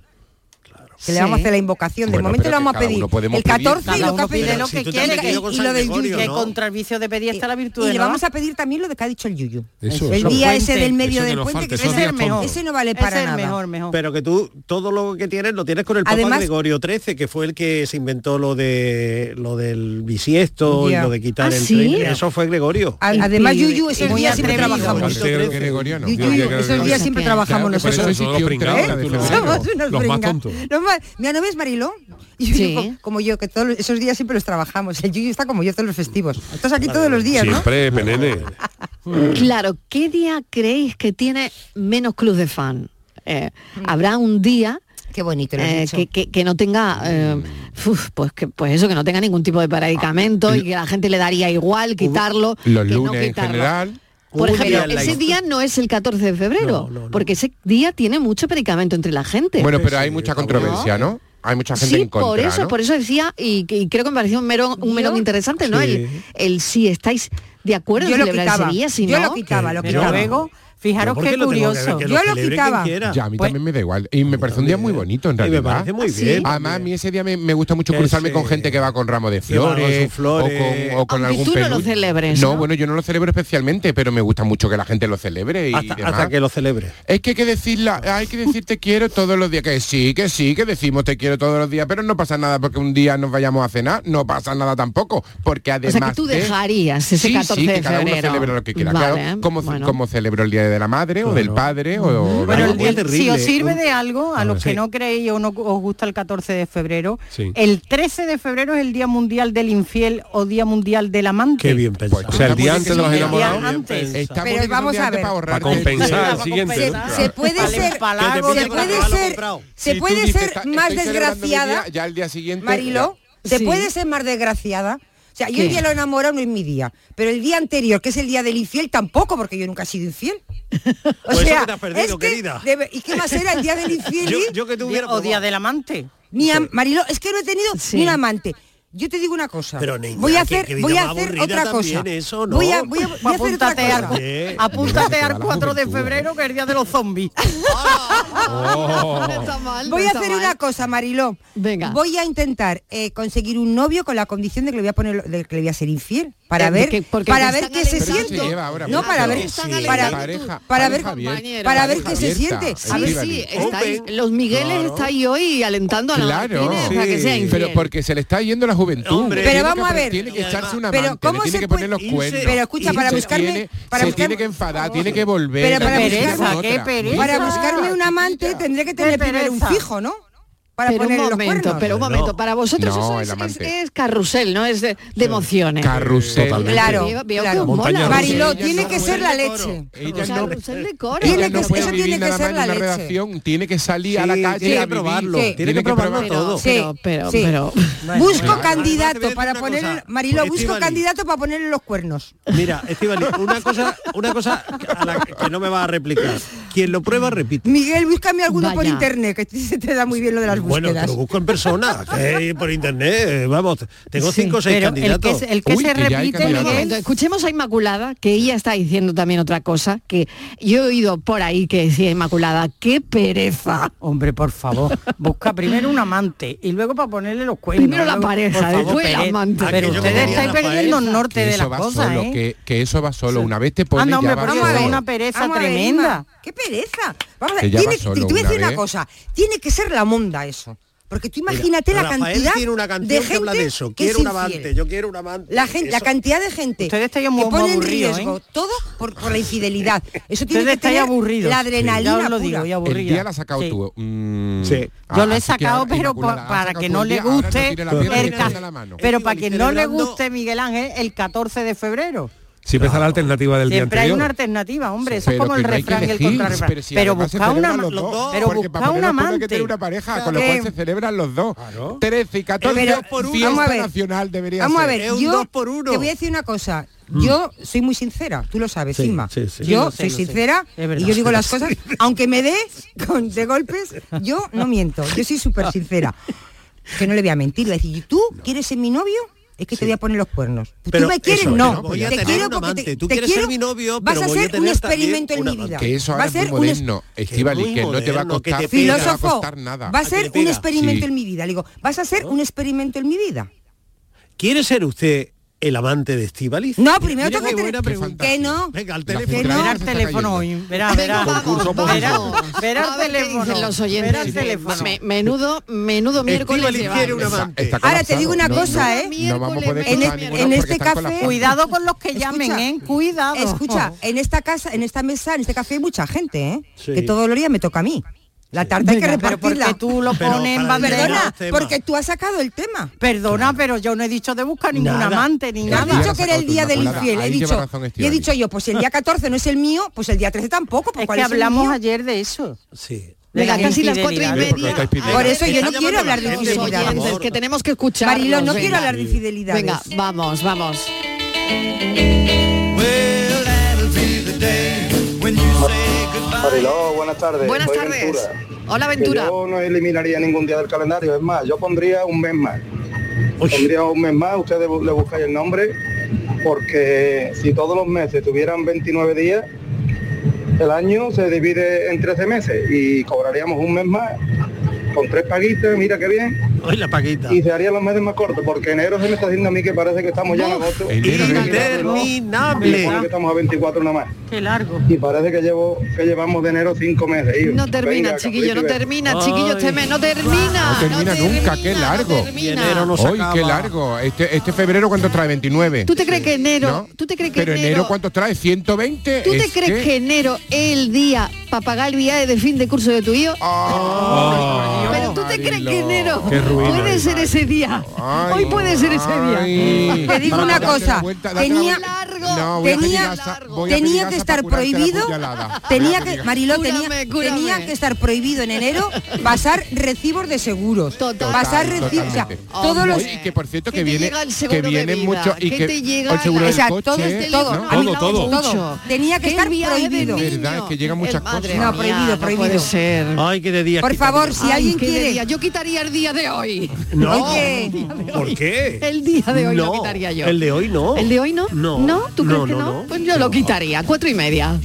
Que le Sí. vamos a hacer la invocación. De Bueno, momento pero le vamos que a cada pedir uno podemos el 14 y Cada lo que ha uno pide pedido. lo si que tú te quiere, has que, metido con y lo San del Gregorio, yuyu. que ¿no? contra el vicio de pedir está la virtud Y de le no dar. vamos a pedir también lo de que ha dicho el Yuyu. Eso, el eso. día ese Puente. del medio Eso que del nos puente falta, que esos Ese es días el tontos. mejor. Ese no vale para Ese es el nada. mejor, mejor. Pero que tú todo lo que tienes lo tienes con el Papa Además- Gregorio XIII, que fue el que se inventó lo de lo del bisiesto Ya. y lo de quitar ¿Ah, el sí? tren. Eso fue Gregorio. A- Y Además, pibe, Yuyu, esos y muy días siempre atrevido. trabajamos. Tanto. Ese gregoriano. Yuyu, Yo diría que- esos días siempre Claro, trabajamos que por eso nosotros. ¿Eh? existió los un pringados, 30 de tú lo febrero. Somos unos Los más pringas. tontos. Los Ma- mira, ¿no ves Mariló? Y yo, Sí. co- como yo, que todos los- esos días siempre los trabajamos. El Yuyu está como yo todos los festivos. Estás aquí todos los días, ¿no? Siempre, Penene. Claro, ¿qué día creéis que tiene menos club de fan? Eh, Habrá un día Qué bonito eh, que, que- que no tenga eh, uf, pues que pues eso que no tenga ningún Ah, tipo de predicamento y que la gente le daría igual quitarlo Los que no lunes en quitarlo. general. por Hubo un ejemplo día en la ese día no es el 14 de febrero porque ese día tiene mucho predicamento entre la gente Bueno, pero hay mucha controversia, ¿no? Hay mucha gente sí, en contra, por eso, ¿no? por eso decía, y, y creo que me pareció un mero, un melón interesante, ¿no? Sí. El, el si estáis de acuerdo Yo en lo celebrar quitaba, ese día, si yo no- lo quitaba, lo Pero- quitaba. Luego, fijaros qué curioso. Yo lo quitaba. Ya, a mí también me da igual. Y me parece un día muy bonito, en me realidad. parece muy Ah, ¿Sí? bien. Además, a mí ese día me, me gusta mucho cruzarme con gente que va con ramo de Que va con flores, sus flores. o con, o con Aunque algún tú no lo peluche. celebres, No, ¿no? bueno, yo no lo celebro especialmente, pero me gusta mucho que la gente lo celebre y Hasta, demás. hasta que lo celebre. Es que hay que decirla, hay que decir te quiero todos los días, que sí, que sí, que decimos te quiero todos los días, pero no pasa nada porque un día nos vayamos a cenar, no pasa nada tampoco, porque O además sea, que tú de- dejarías ese ¿eh? Sí, 14 sí, de que cada uno febrero. celebra lo que quiera, Vale, claro, como, bueno. como celebro el día de la madre o del padre o, o Bueno, del el- abuelo. el- si os sirve de algo, a A los ver. que Sí. no creéis o no cu- os gusta el 14 de febrero, Sí. el 13 de febrero es el Día Mundial del Infiel o Día Mundial del Amante. Qué bien pensado. Pues, o sea, el día antes de los El día enamorados. antes. Está Pero poniendo vamos un día a antes ver. para ahorrarte. Para compensar el siguiente, Se, ¿no? se puede Vale, ser, palago se de puede comprarlo ser, comprado. se Si tú puede dices, ser "Está- más estoy celebrando mi día", desgraciada, ya el día siguiente Mariló, se Sí. puede ser más desgraciada. O sea, yo ¿Qué? el día de lo enamorado no es mi día, pero el día anterior, que es el día del infiel, tampoco, porque yo nunca he sido infiel. O Pues eso sea, que te has perdido, es que querida. debe- ¿Y qué más era el día del infiel? Yo- ¿eh? yo que te hubiera o Día del Amante. Ni am- Mariló, es que no he tenido Sí. ni un amante. Yo te digo una cosa. Pero, niña, voy a qué- hacer, qué vida voy a más hacer aburrida otra cosa. también eso, ¿no? Voy a, voy a- voy a hacer otra Apúntate cosa. al, apúntate al 4 de ¿eh? febrero, que es el Día de los Zombies. Oh. No está mal, no Voy a está hacer mal. una cosa, Mariló. Venga. Voy a intentar eh, conseguir un novio con la condición de que le voy a poner, de que le voy a ser infiel, Eh, para ver, porque- porque para te ver están qué se alentando. siente. Pero se lleva ahora, no, pero- para ver, Pero sí, para, ¿eh? pareja- para ver, pareja abierta, para ver qué pareja se abierta, siente. A ver Estíbaliz. si estáis, los Migueles está ahí hoy alentando a la Claro, Martínez a que sea Sí. infiel. pero porque se le está yendo la juventud. Hombre, Tiene Pero que vamos a apre- ver. Tiene que echarse una Pero mano. ¿cómo tiene se que puede- poner los irse- cuernos. Pero escucha, para Se buscarme- tiene- para se buscarme- tiene que enfadar, tiene que volver. Pero para la vida pereza, con qué otra. pereza. Para buscarme un amante tendré que tener Qué primero un pereza. fijo, ¿no? Para Pero un ponerle los momento, cuernos. pero un momento, para vosotros No, eso el es, es- amante. es carrusel, ¿no? Es de, de emociones. Carrusel. Totalmente. Claro, Veo- veo que claro. os mola. rusa. Mariló, Ella tiene no que ser la puede. leche. Ella no, Carrusel de coro. Tiene ella que no ser- puede eso vivir tiene que nada ser más la en una leche. redacción, tiene que salir a la Sí, calle tiene a que vivir. probarlo, tiene que probarlo probarlo. todo. Pero, pero, Sí. pero- Busco Bueno, además te voy a candidato decir para una poner, cosa. Mariló, busco Estíbaliz. candidato para ponerle los cuernos. Mira, Estivali, una cosa, una cosa a la que que no me va a replicar. Quien lo prueba, repite. Miguel, búscame alguno por Vaya. internet, que se te da muy bien lo de las Bueno, te búsquedas. lo busco en persona, que por internet, eh, vamos, tengo Sí, cinco o seis pero el que, candidatos. se- el que Uy, se que ya hay repite, Un candidatos. Miguel, momento, escuchemos a Inmaculada, que ella está diciendo también otra cosa, que yo he oído por ahí que decía Inmaculada, qué pereza. Hombre, por favor, busca primero un amante y luego para ponerle los cuernos. Primero la luego- pareja, por favor, después el Pérez, amante. Pero Aquello que ustedes quería estáis Rafael, perdiendo el norte Que de eso las va cosas, solo, ¿eh? que, que eso va solo. Una vez te pone Anda, hombre, ya va pero Ah, Vamos eso a es solo. ver. una pereza Vamos a ver, tremenda. Inma, ¡Qué pereza! Vamos a ver, Ella tiene, va solo te voy a una decir una vez. cosa, tiene que ser la monda eso. Porque tú imagínate Mira, la Rafael cantidad tiene una de canción gente que habla de eso. que es Quiero un infiel. amante, yo quiero un amante. La, gente, la Eso- cantidad de gente Ustedes estáis que muy pone en aburridos, riesgo ¿eh? todo por, por la infidelidad. Eso tiene Ustedes que tener estáis aburridos. la adrenalina Ya os lo pura. digo, ya El aburrida. día la has sacado Sí. tú. mm, Sí. Yo lo he así que Ah, sacado, ahora, pero Inmaculada, pa- has para sacado que tú no el le día, ahora no guste tiene la pierna, Eh, el le tiene ca- la mano. Pero para que no le Celebrando- guste Miguel Ángel, el 14 de febrero. Siempre está la alternativa del día Siempre hay anterior. una alternativa, hombre, Sí, eso es pero como el que no hay que refrán y el elegir, contrarrefrán. pero si Pero además se busca un celebran ama- los dos, lo- porque pero para busca un poner los cuernos hay que amante. tener una pareja, con lo Claro. cual se celebran los dos. Claro. 13 y 14 Pero- por vamos fiesta a ver. nacional debería Vamos a ser. ver, Es un yo dos por uno. Mm. te voy a decir una cosa. Yo soy muy sincera, tú lo sabes, Sí, Inma. sí, sí. Sí, Yo lo sé, soy lo sé. sincera Es verdad. y yo digo las cosas, aunque me dé con, de golpes, yo no miento, yo soy súper sincera. Que no le voy a mentir, le voy a decir, ¿tú quieres ser mi novio? Es que te voy a poner los cuernos. Pero ¿Tú me quieres? eso, no. yo voy a te tener quiero un porque te- amante. Tú te quieres ser quiero- mi novio, vas pero a voy a ser un tener también experimento en un mi amante. vida. Que eso va ahora a es ser muy un es- moderno, es Estivali, muy que no te va a moderno, que te costar, pega. no te va a filósofo, costar nada. va a ¿A que ser te un pega? experimento Sí. en mi vida. Le digo, vas a ser un experimento en mi vida. ¿Quiere ser usted el amante de Estivaliz? No, primero tengo que tener- buena pregunta. que no. Venga, al La teléfono. central- Verá el se está teléfono cayendo. hoy, verá, Venga, verá. vamos, Verá- vamos. verá el A ver qué teléfono, dicen los oyentes. verá el teléfono. Me- menudo, menudo miércoles Estíbaliz quiere lleváis. un amante. Ahora te digo una No, cosa, ¿eh? No vamos a poder En escuchar el- ninguna en porque este están con la café- pan. Cuidado con los que Escucha, llamen, ¿eh? Cuidado. Escucha, en esta casa, en esta mesa, en este café hay mucha gente, ¿eh? Sí. Que todo el día me toca a mí. La tarta hay que Venga, pero repartirla. porque tú lo Pero pones en para bandera. Perdona, los temas. porque tú has sacado el tema. Perdona, pero yo no he dicho de buscar ningún Nada. amante ni He nada. dicho que era el día del infiel. He dicho, y he Estivali. dicho yo, pues si el día 14 no es el mío, pues el día 13 tampoco. Pues Es ¿cuál que es el hablamos mío? ayer de eso. Sí. De la Venga, casi las cuatro y infidelidad. media. Porque estáis pidiendo. Por eso yo no Está quiero llamando hablar la de gente, infidelidad. oyentes, que tenemos que escuchar. Mariló, no quiero hablar de infidelidades. Venga, vamos, vamos. Mariló, buenas tardes. Buenas Soy tardes. Ventura. Hola, Ventura. Que Yo no eliminaría ningún día del calendario, es más, yo pondría un mes más. Pondría un mes más, ustedes bu- le buscáis el nombre, porque si todos los meses tuvieran 29 días, el año se divide en 13 meses y cobraríamos un mes más con tres paguitas, mira qué bien. Hoy la paquita. Y se harían los meses más cortos, porque enero se me está haciendo a mí que parece que estamos ya en agosto. Interminable. Y pone que estamos a 24 nada más. Qué largo. Y parece que llevo que llevamos de enero cinco meses. hijo. No termina, Venga, chiquillo, no capricho y beso. termina, chiquillo, este mes no termina. No termina nunca, qué largo. termina. enero no se Hoy, qué acaba. largo. Este, este febrero, ¿cuánto trae? 29. ¿Tú te crees que enero, ¿No? tú te crees que Pero enero, enero, ¿cuánto trae? 120. tú te Es crees que enero es el día para pagar el viaje de fin de curso de tu hijo? Ah. Pero tú te crees que enero Qué ruina, puede ser ese día. Hoy puede ser ese ay. día. Te digo una cosa, tenía, No, voy a pedir tenía, asa- voy a pedir tenía asa para que curarte estar la prohibido, puñalada. tenía Voy a que, pedir- Mariló, Cúrame, tenía, cúrame. tenía que estar prohibido en enero pasar recibos de seguros, pasar recibos, o sea, Totalmente. todos los... Oye, y que por cierto ¿Qué que te viene llega el que seguro de vienen vida? muchos y ¿Qué que te llega el seguro la- del O sea, coche, todo este libro, ¿no? a mí no me gusta mucho. Tenía que Qué estar viaje de prohibido. verdad, que llegan muchas madre cosas. No, mía, prohibido, no prohibido. puede ser. Ay, qué de día. Por favor, si Ay, alguien qué de quiere, día. yo quitaría el día de hoy. No. Oye, ¿Por qué? El día de hoy lo No, quitaría yo. el de hoy no. ¿El de hoy no? No. ¿Tú crees No, que no, no? no. Pues yo lo quitaría. Cuatro y media.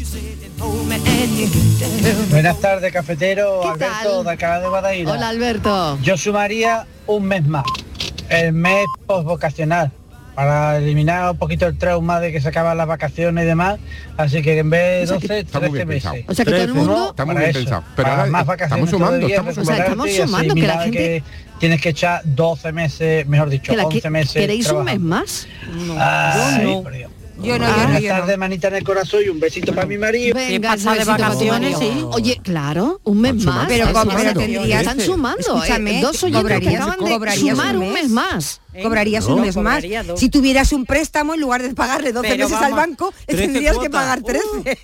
Buenas tardes, cafetero. Alberto de Alcalá de Guadaira. Hola, Alberto. Yo sumaría un mes más, el mes postvocacional, para eliminar un poquito el trauma de que se acaban las vacaciones y demás. Así que en vez de O sea que- 12, está muy 13 bien pensado. meses. O sea que todo el mundo- ¿no? Está muy Para bien eso, pensado. Pero para ahora más estamos vacaciones sumando, todavía, estamos sumando. O sea, estamos recuperarte y sumando, que la asimilar gente- que tienes que echar 12 meses, mejor dicho, ¿Que la que- 11 meses. ¿Queréis un mes trabajando. más? No. Ay, Yo no. por Dios. Yo no, yo Buenas no, yo no. tardes, manita en el corazón y un besito para mi marido. Venga, el besito para Mario. Oye, claro, un mes Están más. sumando, Pero están como- pero sumando. tendrías- Están sumando. eh, Escúchame, dos oyentes que cobrarías- acaban de cobrarías sumar un un mes. ¿Eh? mes más. Cobrarías un mes más. Si tuvieras un préstamo, en lugar de pagarle 12 Pero meses al vamos, banco, 13 tendrías que cuotas. pagar 13.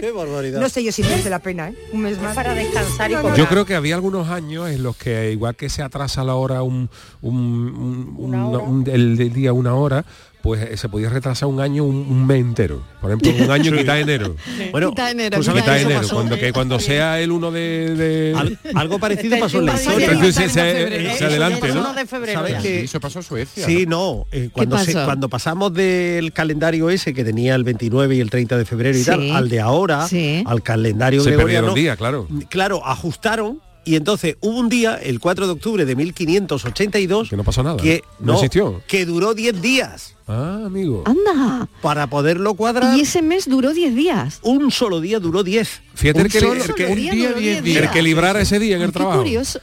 Qué barbaridad. No sé yo si merece la pena, ¿eh? Un mes más. Uh. Para descansar y Yo creo que había algunos años en los que igual que se atrasa la hora un, un- un- un- un- el, del día una hora, pues eh, se podía retrasar un año, un, un mes entero. Por ejemplo, un año Sí. quita enero. Sí. Bueno, Quita enero, tú sabes quita quita enero. enero, Eso pasó. Cuando, que cuando sea el 1 de... de- algo parecido pasó en la historia. Entonces se, Eso ya se- pasó en se adelante, ¿no? ¿Sabes Sí, que- Eso pasó en Suecia. Sí, no. eh, cuando, se- pasó? cuando pasamos del calendario ese que tenía el 29 y el 30 de febrero y Sí. tal, al de ahora, Sí. al calendario Se gregoriano, mm, perdieron días, claro. claro, ajustaron y entonces hubo un día, el 4 de octubre de 1582, que no pasó nada, ¿eh? que no existió. que duró 10 días. Ah, amigo. Anda. Para poderlo cuadrar. Y ese mes duró 10 días. Un solo día duró 10. Fíjate Un el que, solo- el que- un día, diez días. el que librara ese día en el Qué trabajo. curioso.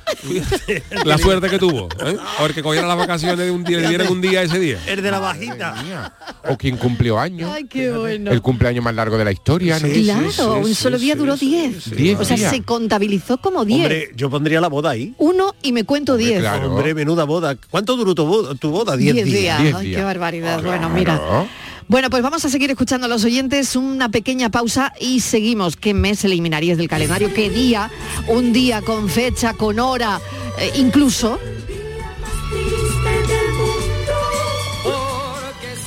La suerte que tuvo. ¿eh? O el que cogiera las vacaciones de un día, le dieran un día ese día. El de la bajita. O quien cumplió años. Ay, qué bueno. El cumpleaños más largo de la historia. ¿no? claro, un solo día duró 10. Diez o sea, días. se contabilizó como 10. Hombre, yo pondría la boda ahí. Uno y me cuento 10. Hombre, menuda boda. ¿Cuánto duró tu boda? Tu boda? 10 10 días. días. Ay, qué barbaridad. Bueno, mira. Bueno, pues vamos a seguir escuchando a los oyentes, una pequeña pausa y seguimos. ¿Qué mes eliminarías del calendario? ¿Qué día? Un día con fecha, con hora, eh, incluso.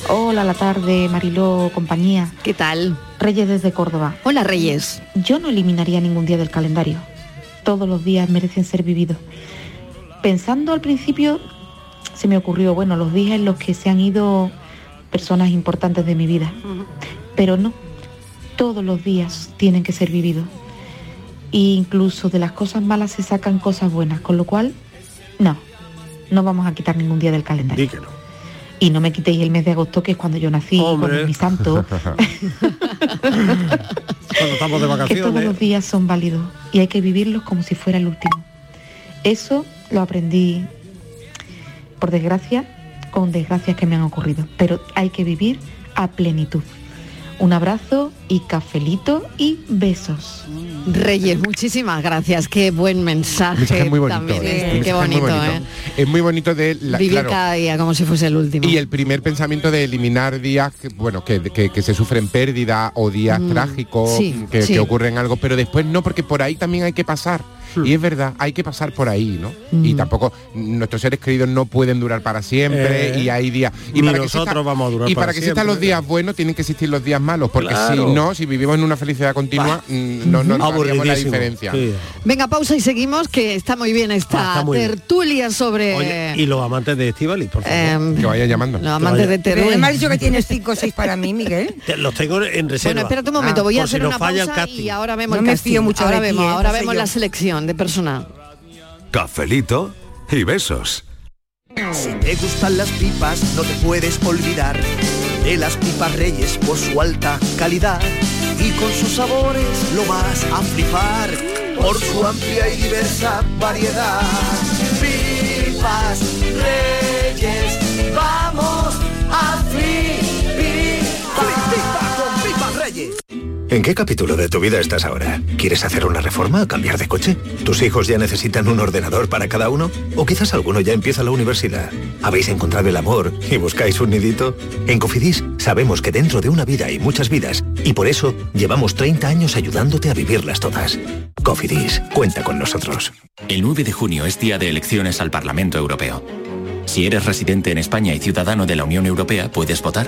Hola, la tarde, Mariló, compañía. ¿Qué tal? Reyes desde Córdoba. Hola, Reyes. Yo no eliminaría ningún día del calendario. Todos los días merecen ser vividos. Pensando al principio, se me ocurrió, bueno, los días en los que se han ido personas importantes de mi vida. Pero no, todos los días tienen que ser vividos. E incluso de las cosas malas se sacan cosas buenas, con lo cual, no, no vamos a quitar ningún día del calendario. Y no me quitéis el mes de agosto, que es cuando yo nací, cuando es mi santo, Cuando estamos de que todos vacaciones. los días son válidos y hay que vivirlos como si fuera el último. Eso lo aprendí, por desgracia, con desgracias que me han ocurrido, pero hay que vivir a plenitud. Un abrazo y cafelito y besos. Reyes, muchísimas gracias. Qué buen mensaje. mensaje muy bonito. también. ¿eh? Sí, Un Qué mensaje muy bonito, ¿eh? Es muy bonito de la, Vivir claro, cada día como si fuese el último. Y el primer pensamiento de eliminar días que, bueno, que, que- que se sufren pérdida o días Mm, trágicos sí, que, sí. que ocurren algo, pero después no, porque por ahí también hay que pasar. Y es verdad, hay que pasar por ahí, ¿no? Mm. Y tampoco nuestros seres queridos no pueden durar para siempre Eh, y hay días. Y ni que nosotros exista- vamos a durar Y para para, que existan siempre. los días buenos tienen que existir los días malos, porque Claro. si no, si vivimos en una felicidad continua, mm, no, no nos haríamos la Aburridísimo. diferencia. Sí. Venga, pausa y seguimos, que está muy bien esta Ah, está muy bien. tertulia sobre... Oye, y los amantes de Estivalis, por favor. Em, Que vayan llamando. los amantes de Teruel. Pero me has dicho que tienes 5 o 6 para mí, Miguel. Te- Los tengo en reserva. Ah, Bueno, espérate un Ah, momento, voy a Por si hacer nos una falla el pausa casting. y ahora vemos No el me casting. fío mucho ahora de ti, vemos, ¿eh? ahora No sé vemos yo. la selección de personal. Cafelito y besos. Si te gustan las pipas, no te puedes olvidar de las pipas reyes por su alta calidad y con sus sabores lo vas a flipar por su amplia y diversa variedad. Pipas reyes, vamos a flipar. con pipas reyes. ¿En qué capítulo de tu vida estás ahora? ¿Quieres hacer una reforma o cambiar de coche? ¿Tus hijos ya necesitan un ordenador para cada uno? ¿O quizás alguno ya empieza la universidad? ¿Habéis encontrado el amor y buscáis un nidito? En Cofidis sabemos que dentro de una vida hay muchas vidas y por eso llevamos 30 años ayudándote a vivirlas todas. Cofidis, cuenta con nosotros. El 9 de junio es día de elecciones al Parlamento Europeo. Si eres residente en España y ciudadano de la Unión Europea, puedes votar.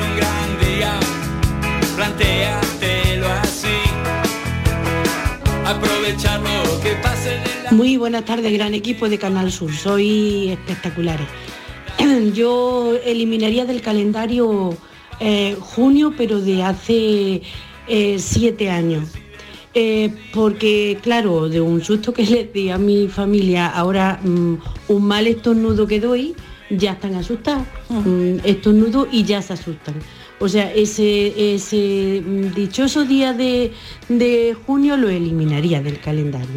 un gran día, plantéatelo así. Aprovechar lo que pase en el Muy buenas tardes, gran equipo de Canal Sur. Soy espectaculares. Yo eliminaría del calendario eh, junio, pero de hace eh, siete años. Eh, porque, claro, de un susto que les di a mi familia, ahora mm, un mal estornudo que doy, ya están asustados. Ah. Mm, estornudo y ya se asustan. O sea, ese, ese mm, dichoso día de, de junio lo eliminaría del calendario.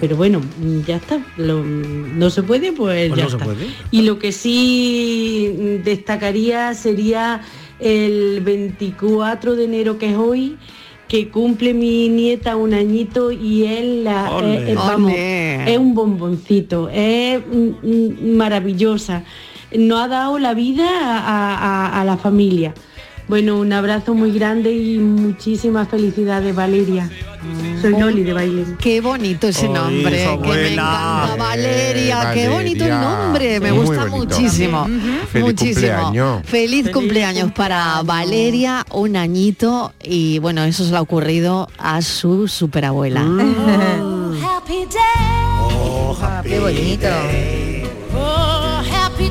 Pero bueno, mm, ya está. Lo- mm, no se puede, pues, Pues ya no se está. puede, ya Y lo que sí mm, destacaría sería el 24 de enero, que es hoy, que cumple mi nieta un añito y él la, Ole. eh, eh, vamos, Ole. es un bomboncito, es mm, mm, maravillosa. No ha dado la vida a, a- a la familia. Bueno, un abrazo muy grande y muchísimas felicidades, Valeria. Oh. Soy Loli de Baile. Qué bonito ese nombre, que me encanta. Valeria, qué bonito el nombre, me Muy gusta bonito. muchísimo. Feliz muchísimo. cumpleaños. Feliz, cumpleaños para Valeria, un añito, y bueno, eso se le ha ocurrido a su superabuela. Uh. Happy day. Oh, Qué bonito. Oh, happy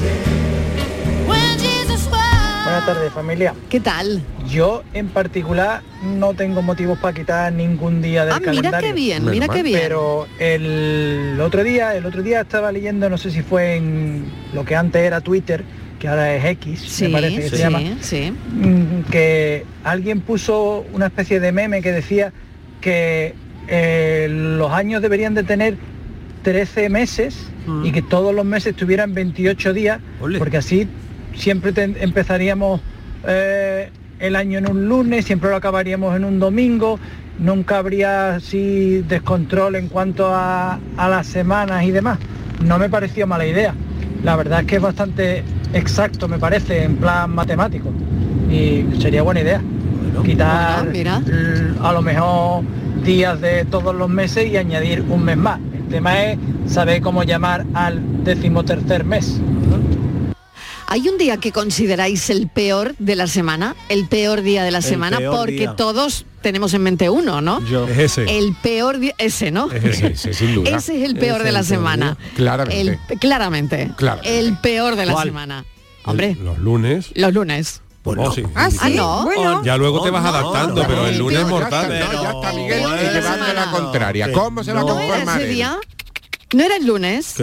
day. When Jesus was. Buenas tardes, familia. ¿Qué tal? Yo, en particular, no tengo motivos para quitar ningún día del Ah, mira qué calendario. bien, mira qué bien. Pero el otro día, el otro día estaba leyendo, no sé si fue en lo que antes era Twitter, que ahora es X, Sí, me parece que sí, se llama, sí. mm, que alguien puso una especie de meme que decía que eh, los años deberían de tener 13 meses y que todos los meses tuvieran 28 días, porque así siempre ten- empezaríamos eh, el año en un lunes, siempre lo acabaríamos en un domingo, nunca habría así descontrol en cuanto a, a las semanas y demás. No me pareció mala idea. La verdad es que es bastante exacto, me parece, en plan matemático. Y sería buena idea. Quitar l- a lo mejor días de todos los meses y añadir un mes más. El tema es saber cómo llamar al decimotercer mes. ¿Hay un día que consideráis el peor de la semana? El peor día de la El semana, peor porque día. todos tenemos en mente uno, ¿no? Yo. Es ese. El peor día, ese, ¿no? Es ese, sí, sin duda. Ese es el peor de la semana. Claramente. El- claramente. Claramente. El peor de la ¿Cuál? semana. Hombre, Los lunes. los lunes. Pues Bueno, sí. Ah, sí, Ah, no. bueno. Ya luego te vas No, adaptando, no, pero el lunes es Pero ya mortal. está, no, ya está Miguel y llevando la contraria. Sí. ¿Cómo se va a ¿No era conformar? ese él? día? ¿No era el lunes?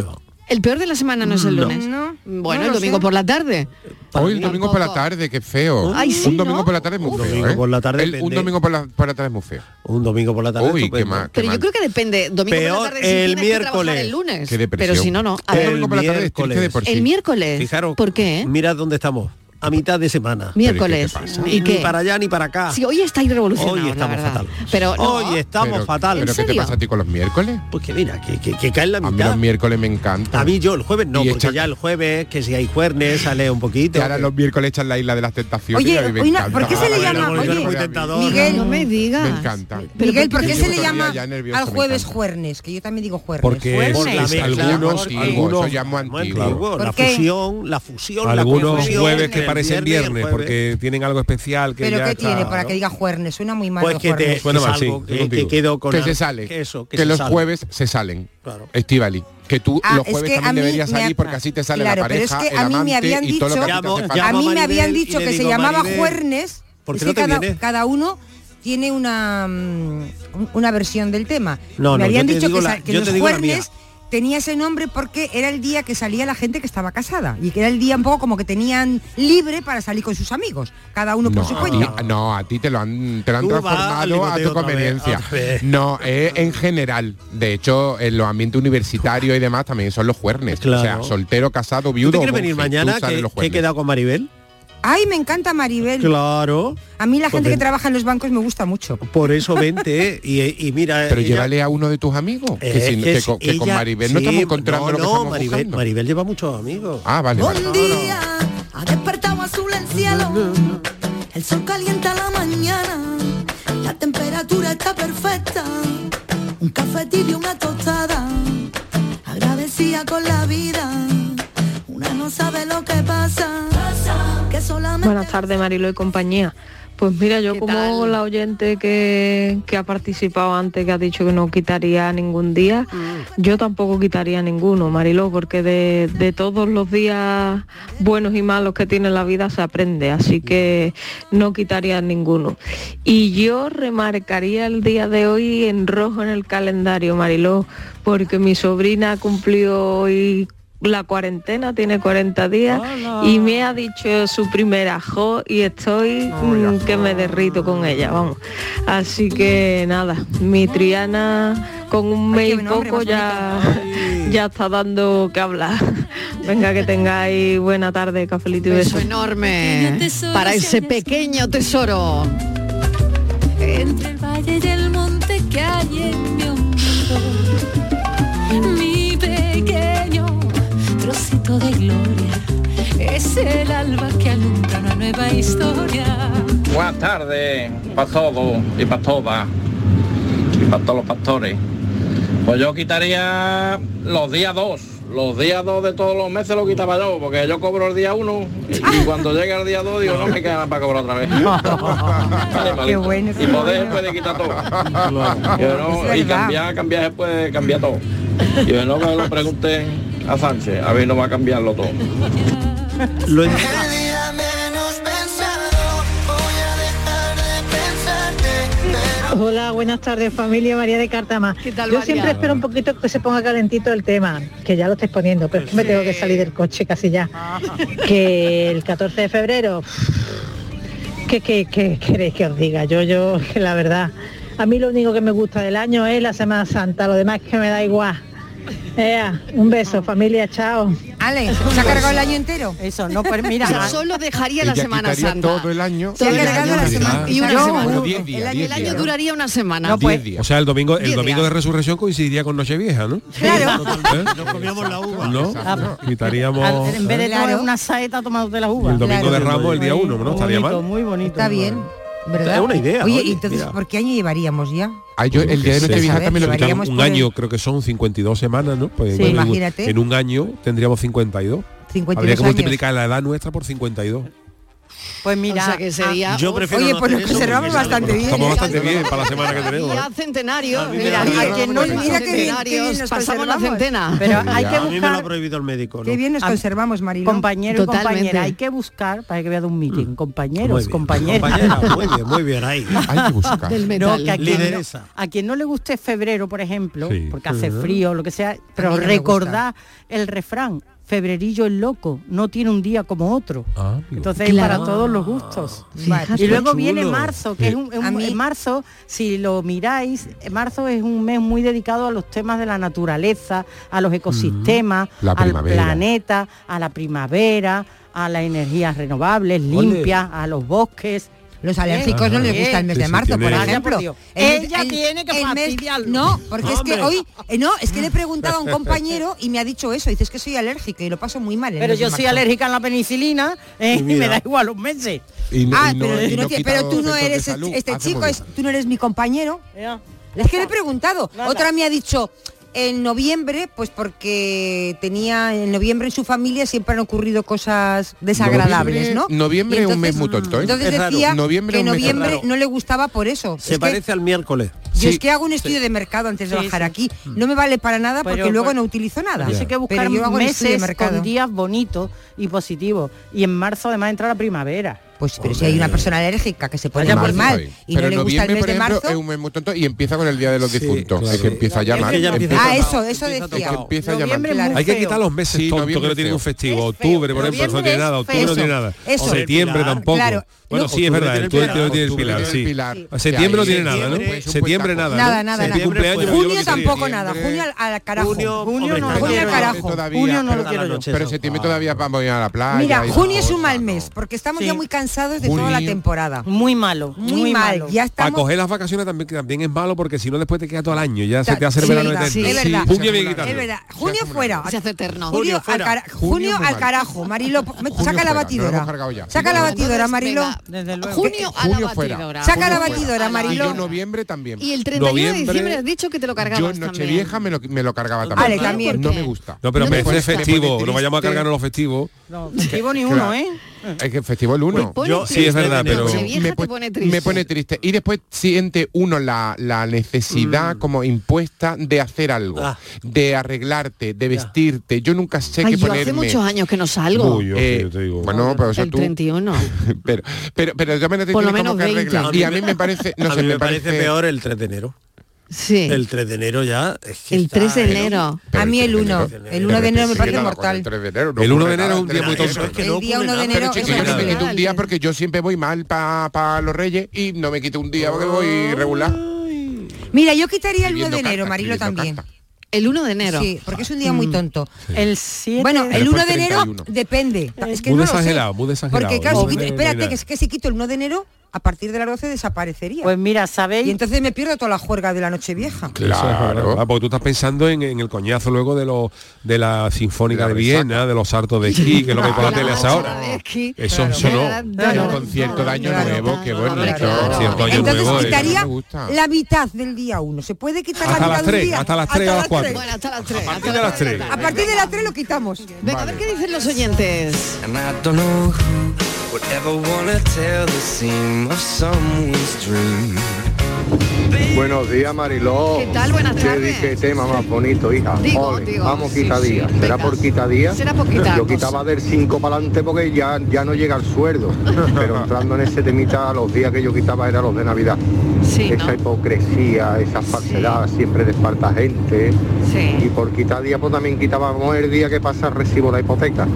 El peor de la semana no es el No. lunes. Bueno, no el lo domingo sé. por la tarde. Hoy el domingo por la tarde, qué feo. Ay, sí, un domingo ¿no? por la tarde es muy Un feo. domingo ¿eh? por la tarde El- un depende. domingo por la, por la tarde es muy feo. Un domingo por la tarde. Uy, qué estupendo. mal. Pero yo creo que depende. Domingo por Peor la tarde si el tienes que trabajar miércoles. el lunes. Pero si no, no. A ver. El miércoles. El miércoles. Fijaros, ¿Por qué? Mirad dónde estamos. A mitad de semana. Miércoles. ¿Y Ni qué? para allá ni para acá. Sí, hoy estáis revolucionados, Ah. Hoy la estamos verdad. fatal. Pero no. Hoy estamos Pero- fatal. ¿Pero qué te pasa a ti con los miércoles? Pues que mira, que, que, que cae en la A mí los miércoles me encanta. A mí yo el jueves no, porque ya el jueves, que si hay jueves, sale un poquito. ahora los miércoles echan la isla de las tentaciones. Oye, y a mí me oye, encanta. ¿por qué se le Ahora llama? los miércoles Oye, a mí Miguel, no me digas. Me encanta. Miguel, ¿por qué se le Yo llama todavía ya nervioso, al me jueves encanta. juernes? Que yo también digo juernes. Porque Juernes. es- algunos, Eso llamo antiguo, algunos, eso llamo antiguo. Claro. La ¿Por qué? fusión, la fusión, la algunos confusión, jueves que el parecen viernes y el viernes, jueves. porque tienen algo especial que ¿Pero ya qué está, tiene para ¿no? que diga juernes? Suena muy mal. Pues los que te- juernes. Suena es mal, sí, algo que- estoy contigo. que quedo con que al- se sale que eso, que que, se los sale. jueves se salen Claro. Estivali que tú Ah, los es jueves que a también mí deberías me salir ha- porque así te sale Claro, la pero es pareja que el a mí me amante habían y todo lo que a ti te dicho, hace falta. a mí me habían Maribel y dicho le que se digo, llamaba Maribel, Juernes, ¿por qué es no que te cada, vienes? cada uno tiene una mm, una versión del tema. No, me no, habían yo te dicho digo que, la- sa- que yo te los digo la mía. Juernes tenía ese nombre porque era el día que salía la gente que estaba casada y que era el día un poco como que tenían libre para salir con sus amigos, cada uno por su a ti- cuenta. no, Ah. a ti te lo han, te lo han Tú vas al transformado ligoteo a otra tu vez, conveniencia. otra vez. No, es en general. De hecho, en los ambientes universitarios y demás también son los juernes. O sea, Claro. soltero, casado, ¿Tú viudo. te quieres o venir monje, tú mañana? sales Que, los que he juernes. quedado con Maribel. Ay, me encanta Maribel. Claro. A mí la Pues gente que ven- trabaja en los bancos me gusta mucho. Por eso vente eh, y, y mira. Pero ella- llévale a uno de tus amigos. Eh, que, si- que si con, que con ella- Maribel no sí, estamos encontrando no, lo no, que estamos Maribel, buscando. Maribel lleva muchos amigos. Ah, vale, vale. Un día ha despertado azul el cielo, el sol calienta la mañana, la temperatura está perfecta, un café tibio, una tostada, agradecida con la vida, una no sabe lo que pasa, que solamente... Buenas tardes, Marilo y compañía. Pues mira, yo como la oyente que, que ha participado antes, que ha dicho que no quitaría ningún día, yo tampoco quitaría ninguno, Marilo, porque de, de todos los días buenos y malos que tiene la vida se aprende, así que no quitaría ninguno. Y yo remarcaría el día de hoy en rojo en el calendario, Mariló, porque mi sobrina cumplió hoy la cuarentena, tiene 40 días y me ha dicho su primera jo y estoy mm, que me derrito con ella, vamos. Así que nada, mi Triana con un mes y poco ya, ya está dando que hablar. Venga, que tengáis buena tarde, cafelito y Beso besos. enorme para ese pequeño tesoro. Entre el valle y el monte que hay en mi hombro. Mi pequeño trocito de gloria. Es el alba que alumbra una nueva historia. Buenas tardes para todos y para todas y para todos los pastores. Pues yo quitaría los días 2. Los días 2 de todos los meses lo quitaba yo, porque yo cobro el día 1 y, y cuando llega el día 2 digo, no me queda nada para cobrar otra vez. Animalito. Qué bueno, y poder después de quitar todo. Yo no, y cambiar, cambiar después, cambiar todo. Y yo no me lo pregunten a Sánchez, a ver no va a cambiarlo todo. Lo en- Hola, buenas tardes familia María de Cartama. tal, Yo María? siempre espero un poquito que se ponga calentito el tema, que ya lo estáis poniendo, pero es que me tengo que salir del coche casi ya. Ah. que el 14 de febrero, ¿qué, qué, qué queréis que os diga? Yo, yo, que la verdad, a mí lo único que me gusta del año es la Semana Santa, lo demás que me da igual. Ea, un beso, familia, chao. Ale, ¿se ha cargado el año entero? Eso, no, pues mira, O sea, más. solo dejaría la Ella Semana quitaría Santa. todo el año. Todo el año. Y una Yo, semana. uh, diez días, el año, diez el año días. duraría una semana. o sea, el domingo, el pues, Diez domingo de días. resurrección coincidiría con Nochevieja, ¿no? Claro. ¿Eh? No, quitaríamos En vez de ¿eh? tomar una saeta tomándote las Y uvas. el domingo de Ramos el día uno, ¿no? Estaría Bonito, mal. muy bonito. Está bien, ¿verdad? Es una idea, Oye, oye, ¿y entonces mira. por qué año llevaríamos ya? Ay, yo, el día de Nochevieja también lo quitamos. quitaríamos Un por el- año, creo que son 52 semanas, ¿no? Pues Sí. en, un- Imagínate. en un año tendríamos 52. 52 Habría que años. multiplicar la edad nuestra por 52. Pues mira, que sería... Yo prefiero Oye, no pues hacer nos eso, conservamos porque bastante bien. Estamos bastante bien para la semana que tenemos. ¿eh? Ya centenario. mí me Mira, da miedo. a quien no Mira mira qué bien, qué bien centenarios, nos pasamos la conservamos. centena. Pero hay Ya, que A mí me lo ha buscar prohibido el médico. ¿no? Qué bien nos A- conservamos, Marilo. compañero y compañera, hay que buscar, para que vea de un meeting, Mm. Muy compañeros, bien. compañeras. Compañera, muy bien, muy bien ahí. Hay que buscar. No, que a, quien no, Lideresa. a quien no le guste febrero, por ejemplo, Sí. porque hace Ujú. frío, lo que sea, pero mí no me recordad el refrán, febrerillo es loco, no tiene un día como otro. Ah, Entonces Claro. para todos los gustos. Fíjate. Y luego Qué viene chulo. marzo, que es un, es un- A mí- en marzo, si lo miráis, en marzo es un mes muy dedicado a los temas de la naturaleza, a los ecosistemas, La al primavera. planeta, a la primavera, a las energías renovables, limpias, a los bosques. Los alérgicos no les gusta el mes de marzo, por ejemplo. El- Ella el- tiene que el mes- fastidiarlo. No, porque es que Hombre. hoy, eh, no, es que le he preguntado a un compañero y me ha dicho eso. Dices que soy alérgica y lo paso muy mal. el Pero mes de yo soy marzo. alérgica a la penicilina eh, y, Y mira. me da igual los meses. Y no- Ah, y no- pero, y tú no no tie- quita pero tú los no efectos de eres el- salud. este Hace chico, muy es- bien. tú no eres mi compañero. Es que le he preguntado. Otra me ha dicho, en noviembre, pues porque tenía, en noviembre en su familia siempre han ocurrido cosas desagradables, ¿no? Noviembre- Noviembre Y es un mes muy entonces- tonto, ¿eh? Entonces Es raro. decía Noviembre que es un mes noviembre raro. no le gustaba por eso. Se Es que- parece al miércoles. yo es que hago un estudio de mercado antes de Sí, bajar sí. aquí. No me vale para nada porque Mm. Pero, luego pues, no utilizo nada. Yo sé que buscar pero yo hago un estudio de meses mercado. con días bonitos y positivos. Y en marzo además entra la primavera. Pues pero si hay una persona alérgica que se pone Marzo muy mal ahí. y Pero no le gusta el noviembre, mes por de ejemplo, marzo, es un mes muy tonto y empieza con el día de los difuntos. Es que empieza ya mal. Ah, eso, eso decía. que empieza ya Noviembre mal. es muy Hay que quitar los meses Sí, tontos que noviembre no es tienen feo. un festivo. Octubre, por ejemplo, no tiene es nada. Octubre feo. no tiene nada. Eso. O Septiembre Pilar. tampoco. Claro. Bueno, No, sí, es octubre verdad. tiene El, tu- Pilar. el- tiene el Octubre pilar, tiene el sí. Pilar. Septiembre no Sí, ahí tiene nada, ¿no? septiembre es un Septiembre espectáculo. nada. nada, ¿no? nada, nada. Septiembre, cumpleaños, yo lo Junio que quería. tampoco nada. Junio al, al carajo. Junio, no, junio al carajo. Todavía, Junio no pero- lo quiero yo. Pero septiembre todavía vamos a ir a la playa. Mira, y- junio es un mal mes porque estamos Sí. ya muy cansados de toda la Junio. Ah. temporada. Muy malo, muy, muy mal. malo. Ya Para estamos. coger las vacaciones también, que también es malo porque si no después te queda todo el año. Ya se te hace el Sí, verano es verdad, eterno. sí, es verdad. Pum, ya voy Es a verdad, quitarlo. Es verdad. Junio fuera. Se hace eterno. Junio, Junio fuera. al, cara- Junio junio muy al mal. carajo. Marilo, me- saca la fuera, nos batidora. hemos cargado ya. Saca la No, batidora, entonces, Marilo. venga, Desde luego. Junio a la Junio fuera. batidora. Saca Junio la fuera. batidora, Y Marilo. yo noviembre también. Y el 31 de diciembre has dicho que te lo cargabas Yo en también. Nochevieja me lo, me lo cargaba también. Ale, también. No me gusta. No, pero Me me pone- es me pone festivo. triste. No vayamos a cargarnos los festivos. No, festivo ni uno, Claro. ¿eh? Es que festivo el 1. pone Yo- triste. sí, es verdad, pero- Nochevieja te pone triste. me pone triste. Y después siente uno la, la Mm. necesidad como impuesta de hacer algo, Ah. de arreglarte, de vestirte. Yo nunca sé Ay, qué yo ponerme. hace muchos años que no salgo. Uy, yo sí, yo te digo. Bueno, pero eso el tú- 31. pero, pero, pero de todas maneras te Por lo tienes como menos que 20. arreglar. Y a mí me parece, no a sé, mí me, me parece peor el 3 de enero. Sí. El 3 de enero ya es que El está- 3 de enero. A mí el 1. El 1 de enero me parece mortal. El El 1 de enero es un día muy tonto. El día 1 de Pero, enero es chico, yo no me quito mortal. un día porque yo siempre voy mal para los reyes y no me quito un día porque voy regular. Mira, yo quitaría el 1 Escribiendo de enero, cartas, Marilo escribiendo también. El 1 de enero. Sí, porque es un día muy Mm. tonto. El 7 Bueno, Pero el fue 1 el de enero 31. depende. Es que muy no lo sé. desagerado, muy desagerado. Porque claro, No, si quito- no, no, espérate, no. que, es que si quito el 1 de enero, a partir de las 12 desaparecería. Pues mira, ¿sabéis? Y entonces me pierdo toda la juerga de la noche vieja. Claro, ah, porque tú estás pensando en, en el coñazo luego de lo, de la Sinfónica de Viena, de los hartos de esquí, que lo que por la tele es ahora. Esquí. Eso, eso no. El concierto de año Ah, nuevo, qué bonito. Concierto de año Entonces nuevo. eh. quitaría Me gusta. la mitad del día 1. Se puede quitar Hasta la mitad las del tres, día. hasta las tres, a las cuatro. tres. Hasta las 3. partir de las tres. A partir de las 3 lo quitamos. Venga, a ver qué dicen los oyentes. And I don't know who would ever wanna tell the seam of someone's dream. Buenos días, Mariló. ¿Qué tal? Buenas Qué tardes. di- Qué tema más bonito, hija. Digo, Ole, digo, Vamos, sí, quita sí, día. ¿Será por quita día? Será por pues. quitarnos. Yo quitaba del 5 para adelante porque ya, ya no llega el sueldo. Pero entrando en ese temita, los días que yo quitaba eran los de Navidad. esa hipocresía, esa falsedad siempre de falta gente. Y por quitar día, pues también quitábamos el día que pasa el recibo de la hipoteca.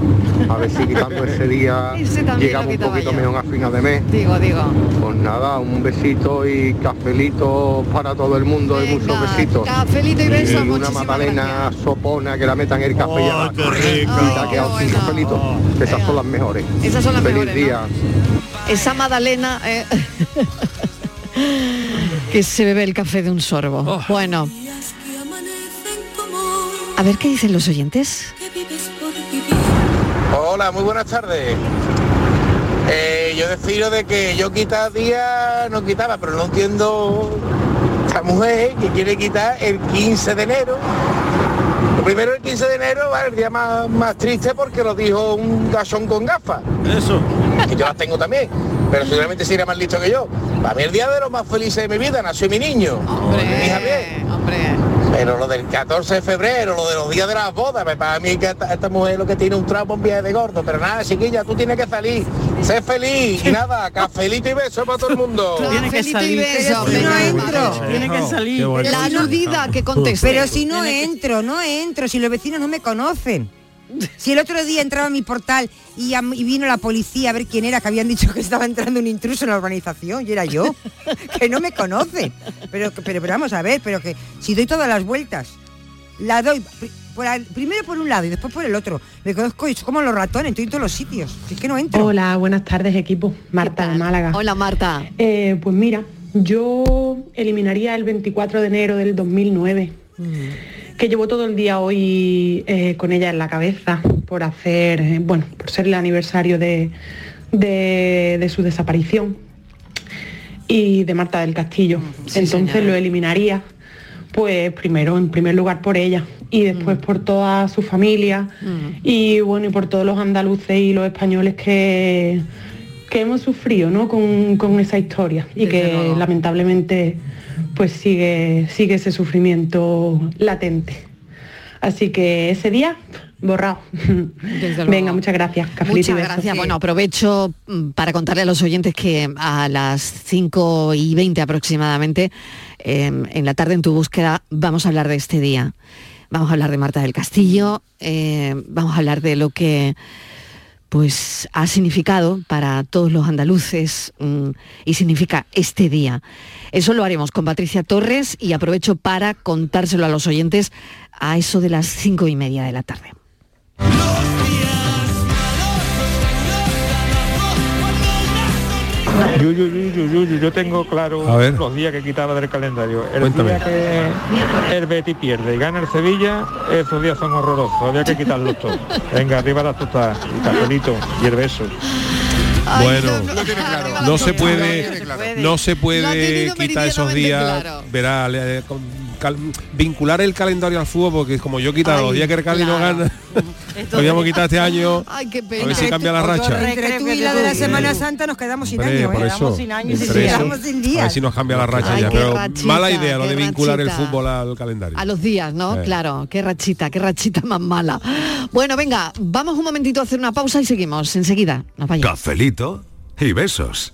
A ver si quitando ese día Ese también lo llegamos un quitaba poquito yo. mejor a final de mes. Digo, digo. Pues nada, un besito y cafelito para todo el mundo y muchos besitos. cafelito y besos, Eh, una muchísimas magdalena sopona que la metan en el café y ya. Quita que hago cinco pelitos, que esas son las mejores. Oh, Esas son las Feliz mejores, ¿no? día. Esa Madalena eh, que se bebe el café de un sorbo. Oh. Bueno. A ver qué dicen los oyentes. Hola, muy buenas tardes. Eh, yo decido de que yo quita día, no quitaba, pero no entiendo esta mujer que quiere quitar el 15 de enero. Lo primero el 15 de enero va el día más, más triste porque lo dijo un gachón con gafas. Eso. Que yo las tengo también, pero seguramente será más listo que yo. Para mí el día de los más felices de mi vida nació mi niño. Mi hija bien. Pero lo del 14 de febrero, lo de los días de las bodas, me- para mí que esta, esta mujer lo que tiene un trapo en viaje de gordo. Pero nada, chiquilla, tú tienes que salir. Sé feliz y nada, cafelito y beso para todo el mundo. Tiene que Cafelito y salir. beso, Pero si venga, no entro. Tiene que salir. Qué bueno. La aludida que conteste. Pero si no Tiene que- entro, no entro, si los vecinos no me conocen. Si el otro día entraba a mi portal y, am- y vino la policía a ver quién era, que habían dicho que estaba entrando un intruso en la urbanización, y era yo, que no me conocen. Pero, que- pero, pero vamos a ver, pero que si doy todas las vueltas, la doy pri- por al- primero por un lado y después por el otro, me conozco y es como los ratones, estoy en todos los sitios, si es que no entro. Hola, buenas tardes equipo. Marta de Málaga. Hola Marta. pues mira, yo eliminaría el 24 de enero del 2009, que llevo todo el día hoy eh, con ella en la cabeza por hacer, eh, bueno, por ser el aniversario de, de- de su desaparición y de Marta del Castillo. Entonces señora. lo eliminaría, pues primero, en primer lugar por ella y después por toda su familia. Mm. y bueno, y por todos los andaluces y los españoles que, que hemos sufrido ¿no? con, con esa historia y que lamentablemente pues sigue, sigue ese sufrimiento latente. Así que ese día, borrado. Venga, muchas gracias. Cafelito y Muchas besos. gracias. Bueno, aprovecho mm, para contarle a los oyentes que a las 5 y 20 aproximadamente, eh, en la tarde en tu búsqueda, vamos a hablar de este día. Vamos a hablar de Marta del Castillo, eh, vamos a hablar de lo que pues ha significado para todos los andaluces mm, y significa este día. Eso lo haremos con Patricia Torres y aprovecho para contárselo a los oyentes a eso de las cinco y media de la tarde. Yo, yo, yo, yo, yo, yo, yo tengo claro A ver. los días que quitaba del calendario. El Cuéntame. día que el Betis pierde y gana el Sevilla, esos días son horrorosos. Había que quitarlos todos. Venga, arriba las tostadas, el cafelito y el beso. Bueno, no se puede, no se puede quitar esos días, verá, le- le- con- cal- vincular el calendario al fútbol, porque como yo he quitado los días que el Cali no gana, lo habíamos quitado este año, Ay, qué a ver si cambia la racha. Entre tú y la de la Semana Santa nos quedamos sin Hombre, año, ¿eh? por eso, sí, entre eso, quedamos sin a ver días. si nos cambia la racha ya, qué pero rachita, mala idea lo qué de vincular rachita. el fútbol al calendario. A los días, ¿no? Eh. Claro, qué rachita, qué rachita más mala. Bueno, venga, vamos un momentito a hacer una pausa y seguimos enseguida. No vaya. Cafelito y besos.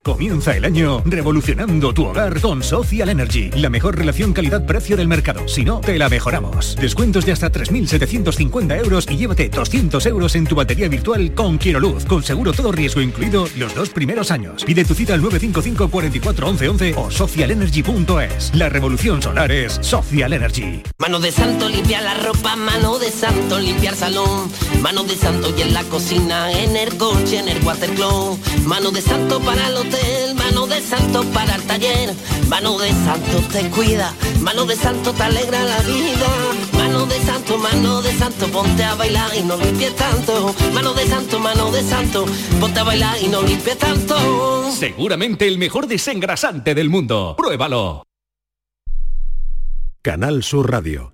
Comienza el año revolucionando tu hogar con Social Energy, la mejor relación calidad-precio del mercado. Si no, te la mejoramos. Descuentos de hasta 3.750 euros y llévate 200 euros en tu batería virtual con Quiroluz, con seguro todo riesgo incluido los dos primeros años. Pide tu cita al 955 44 11 11 o socialenergy.es. La revolución solar es Social Energy. Mano de santo limpia la ropa, mano de santo limpiar salón, mano de santo y en la cocina, en el coche, en el watercloak, mano de santo para los mano de santo para el taller, mano de santo te cuida, mano de santo te alegra la vida, mano de santo, mano de santo, ponte a bailar y no limpie tanto, mano de santo, mano de santo, ponte a bailar y no limpie tanto. Seguramente el mejor desengrasante del mundo. Pruébalo. Canal Sur Radio.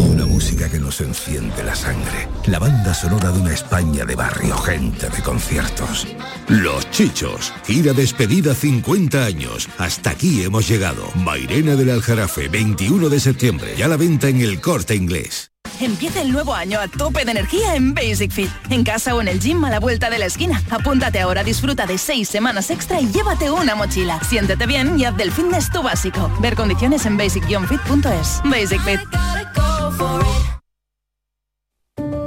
una música que nos enciende la sangre. La banda sonora de una España de barrio, gente de conciertos. Los Chichos. Gira despedida 50 años. Hasta aquí hemos llegado. Mairena del Aljarafe, 21 de septiembre. Ya la venta en el corte inglés. Empieza el nuevo año a tope de energía en Basic Fit. En casa o en el gym a la vuelta de la esquina. Apúntate ahora, disfruta de seis semanas extra y llévate una mochila. Siéntete bien y haz del fitness tu básico. Ver condiciones en basic-fit.es. Basic Fit.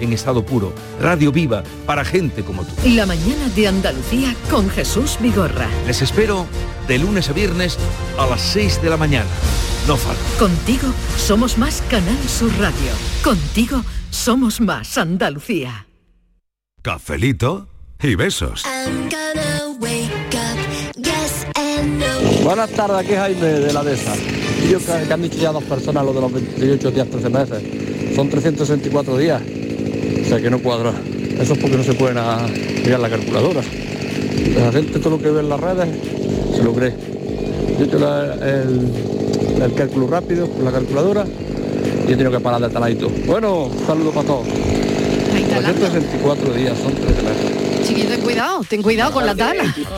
en estado puro, radio viva para gente como tú. La mañana de Andalucía con Jesús Vigorra. Les espero de lunes a viernes a las 6 de la mañana. No falta. Contigo somos más Canal Sur Radio. Contigo somos más Andalucía. Cafelito y besos. Buenas tardes, aquí Jaime de la DESA. Yo que, que han dicho ya dos personas lo de los 28 días, 13 meses. Son 364 días. O sea que no cuadra. Eso es porque no se pueden a, mirar la calculadora. La gente todo lo que ve en las redes se lo cree. Yo he hecho la, el, el, cálculo rápido con la calculadora y he tenido que parar de taladito. Bueno, saludo para todos. 364 días, son 13 meses. Chiquito, ten cuidado, ten cuidado con la tala. Está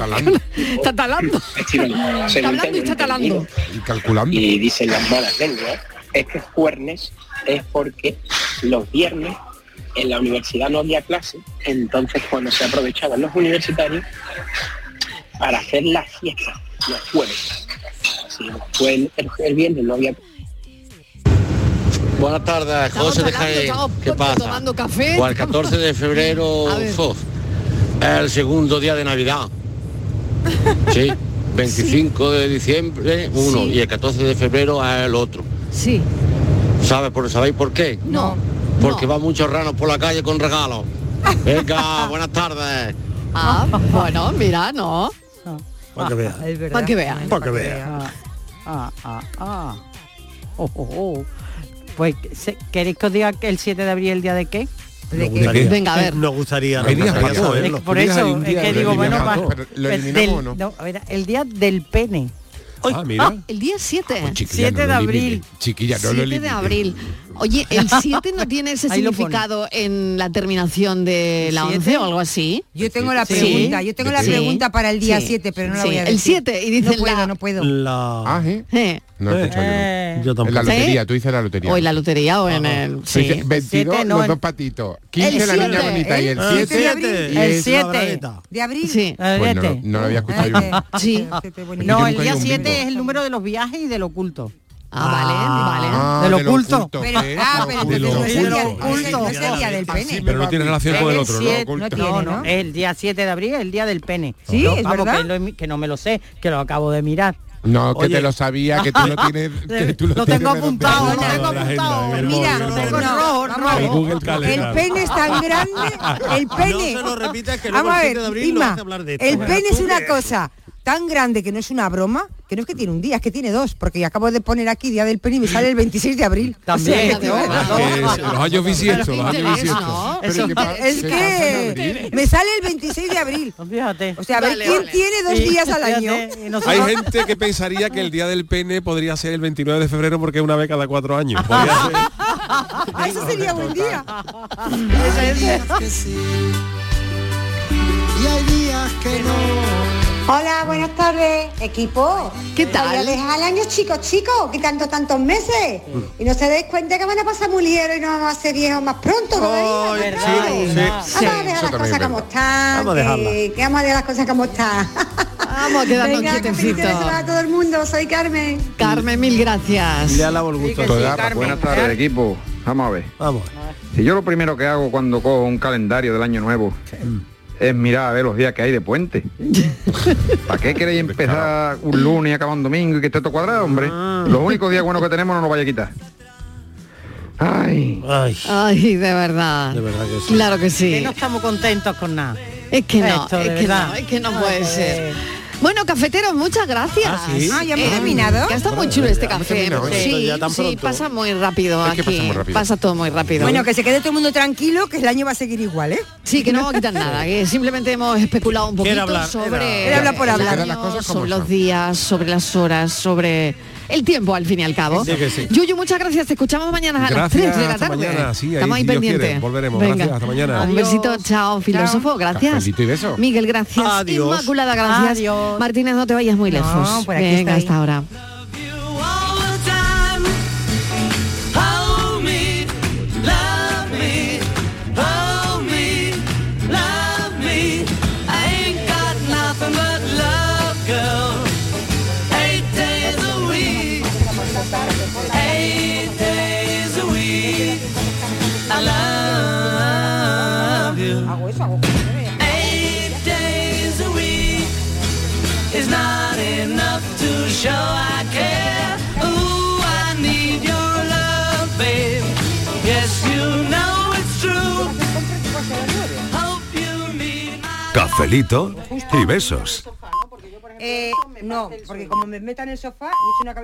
talando. Está hablando y está talando. Y calculando. Y dicen las malas lenguas, es que jueves es porque los viernes en la universidad no había clase, entonces cuando se aprovechaban los universitarios para hacer la fiesta los jueves. Así fue el, el viernes no había Buenas tardes, José de Jaén. ¿Qué pasa? Tomando café. O el 14 de febrero, uf, el segundo día de Navidad. Sí, 25 de diciembre uno Sí. y el 14 de febrero el otro. Sí. ¿Sabe por, ¿Sabéis por qué? No. Porque van muchos ranos por la calle con regalos. Venga, buenas tardes. Ah, bueno, mira, no. Para que vea. ah, Es verdad. Para que vean. Para que vea. Ah, ah, ah. Oh, oh, oh. Pues, ¿se- ¿queréis que os diga que el 7 de abril el día de qué? Nos gustaría- qué? Venga, a ver. Nos gustaría, nos Hay días gustaría para todo, saberlo. ¿eh? Por eso, Días hay un es día, que lo digo, eliminamos bueno, todo. va- ¿Lo Pues eliminamos del- o no? no, era el día del pene. Ah, mira. El día Ah, pues 7. Chiquilla, 7 no de lo elimine. abril. Chiquilla, no lo 7 de elimine. abril. Oye, el 7 no tiene ese Ahí lo pone. significado en la terminación de la 11 o algo así. Yo tengo la pregunta, yo tengo la pregunta para el día 7, pero no la voy a El decir. 7 y dice No puedo, no puedo. La... Eh. Ah, No he escuchado yo. Yo En la tampoco. lotería, tú dices la lotería. O en la lotería o en el... Tú dices Sí. 22, Siete, no, los el- dos patitos. 15, el la niña siete, bonita. Y el ¿eh? 7, y El es la 7 bragueta. de abril. Sí. Pues no, lo- no lo había escuchado yo. Sí. Ah, No, nunca el he día ido a un 7 bingo. es el número de los viajes y del oculto. Ah, Del del oculto. Pero, ¿qué? ah, pero Del entonces no es el día- oculto. no es el- no es el día del pene. Pero no tiene relación con el El otro, ¿no? siete- Oculto. no, no, el día 7 de abril es el día del pene. Sí, No, es vamos, verdad. Que, lo- que no me lo sé, que lo acabo de mirar. No, que Oye. te lo sabía, que tú lo tienes. Que tú lo, Lo tienes tengo menos- apuntado, lo menos- tengo apuntado. en el móvil, Mira, en el no, móvil. no, El vamos. Google El Calendar. pene es tan grande, el pene. No se lo repitas, que luego Vamos a el ver, 7 de abril no Inma, vas a hablar de esto. el Bueno, pene tú es una que- cosa, tan grande que no es una broma, que no es que tiene un día, es que tiene dos, porque acabo de poner aquí Día del Pene y me sale el 26 de abril. También. los años bisiestos, los años bisiestos. Es que me sale el 26 de abril. Fíjate. O sea, a ver, ¿quién tiene dos días al año? Hay gente que pensaría que el Día del Pene podría ser el 29 de febrero porque es una vez cada cuatro años. Eso Ah, sería buen día. Y hay días que no. Hola, buenas tardes, equipo. ¿Qué tal? Ya les al año, chicos, chicos, quitando tantos meses. Mm. Y no se dais cuenta que van a pasar mulieros y no vamos a ser viejos más pronto todavía. Oh, sí, sí, vamos a dejar las cosas como están. Vamos a que, que vamos a dejar las cosas como están. Vamos a quedarnos quietecitos. a todo el mundo, soy Carmen. Carmen, mil gracias. Le alabo el gusto. Sí, sí, buenas tardes, equipo. Vamos a ver. Vamos. Si yo lo primero que hago cuando cojo un calendario del año nuevo es mirar a ver los días que hay de puente. ¿Para qué queréis empezar un lunes y acabar un domingo y que esté todo cuadrado, hombre? Los únicos días buenos que tenemos no nos vaya a quitar. Ay. Ay, Ay de verdad. De verdad que sí. Claro que sí. Que no estamos contentos con nada. Es que no, Esto, es, que no es que Pues, no puede ser. Bueno, cafeteros, muchas gracias. Ah, ¿sí? ah ya hemos eh, terminado. Que está muy chulo este café. Sí, sí, pasa muy rápido aquí. Pasa, muy rápido. pasa, todo muy rápido. Bueno, que se quede todo el mundo tranquilo, que el año va a seguir igual, ¿eh? Sí, que no va a quitar nada, que simplemente hemos especulado un poquito hablar, sobre era, hablar por hablar. Año, las cosas sobre son. los días, sobre las horas, sobre el tiempo al fin y al cabo. Sí, que sí. Yuyu, muchas gracias. Te escuchamos mañana a las 3 de la tarde. Mañana, sí, ahí, Estamos ahí si pendientes. Volveremos. Venga. Gracias, hasta mañana. Un besito, chao, filósofo, gracias. Y beso. Miguel, gracias. Adiós. Inmaculada, gracias. Adiós. Martínez, no te vayas muy lejos. No, por aquí Venga, estoy. hasta ahora. show I care. Ooh, I need your love, babe. Yes, you know it's true. Hope you meet my Cafelito y besos. Eh, no, porque como me metan en el sofá y es una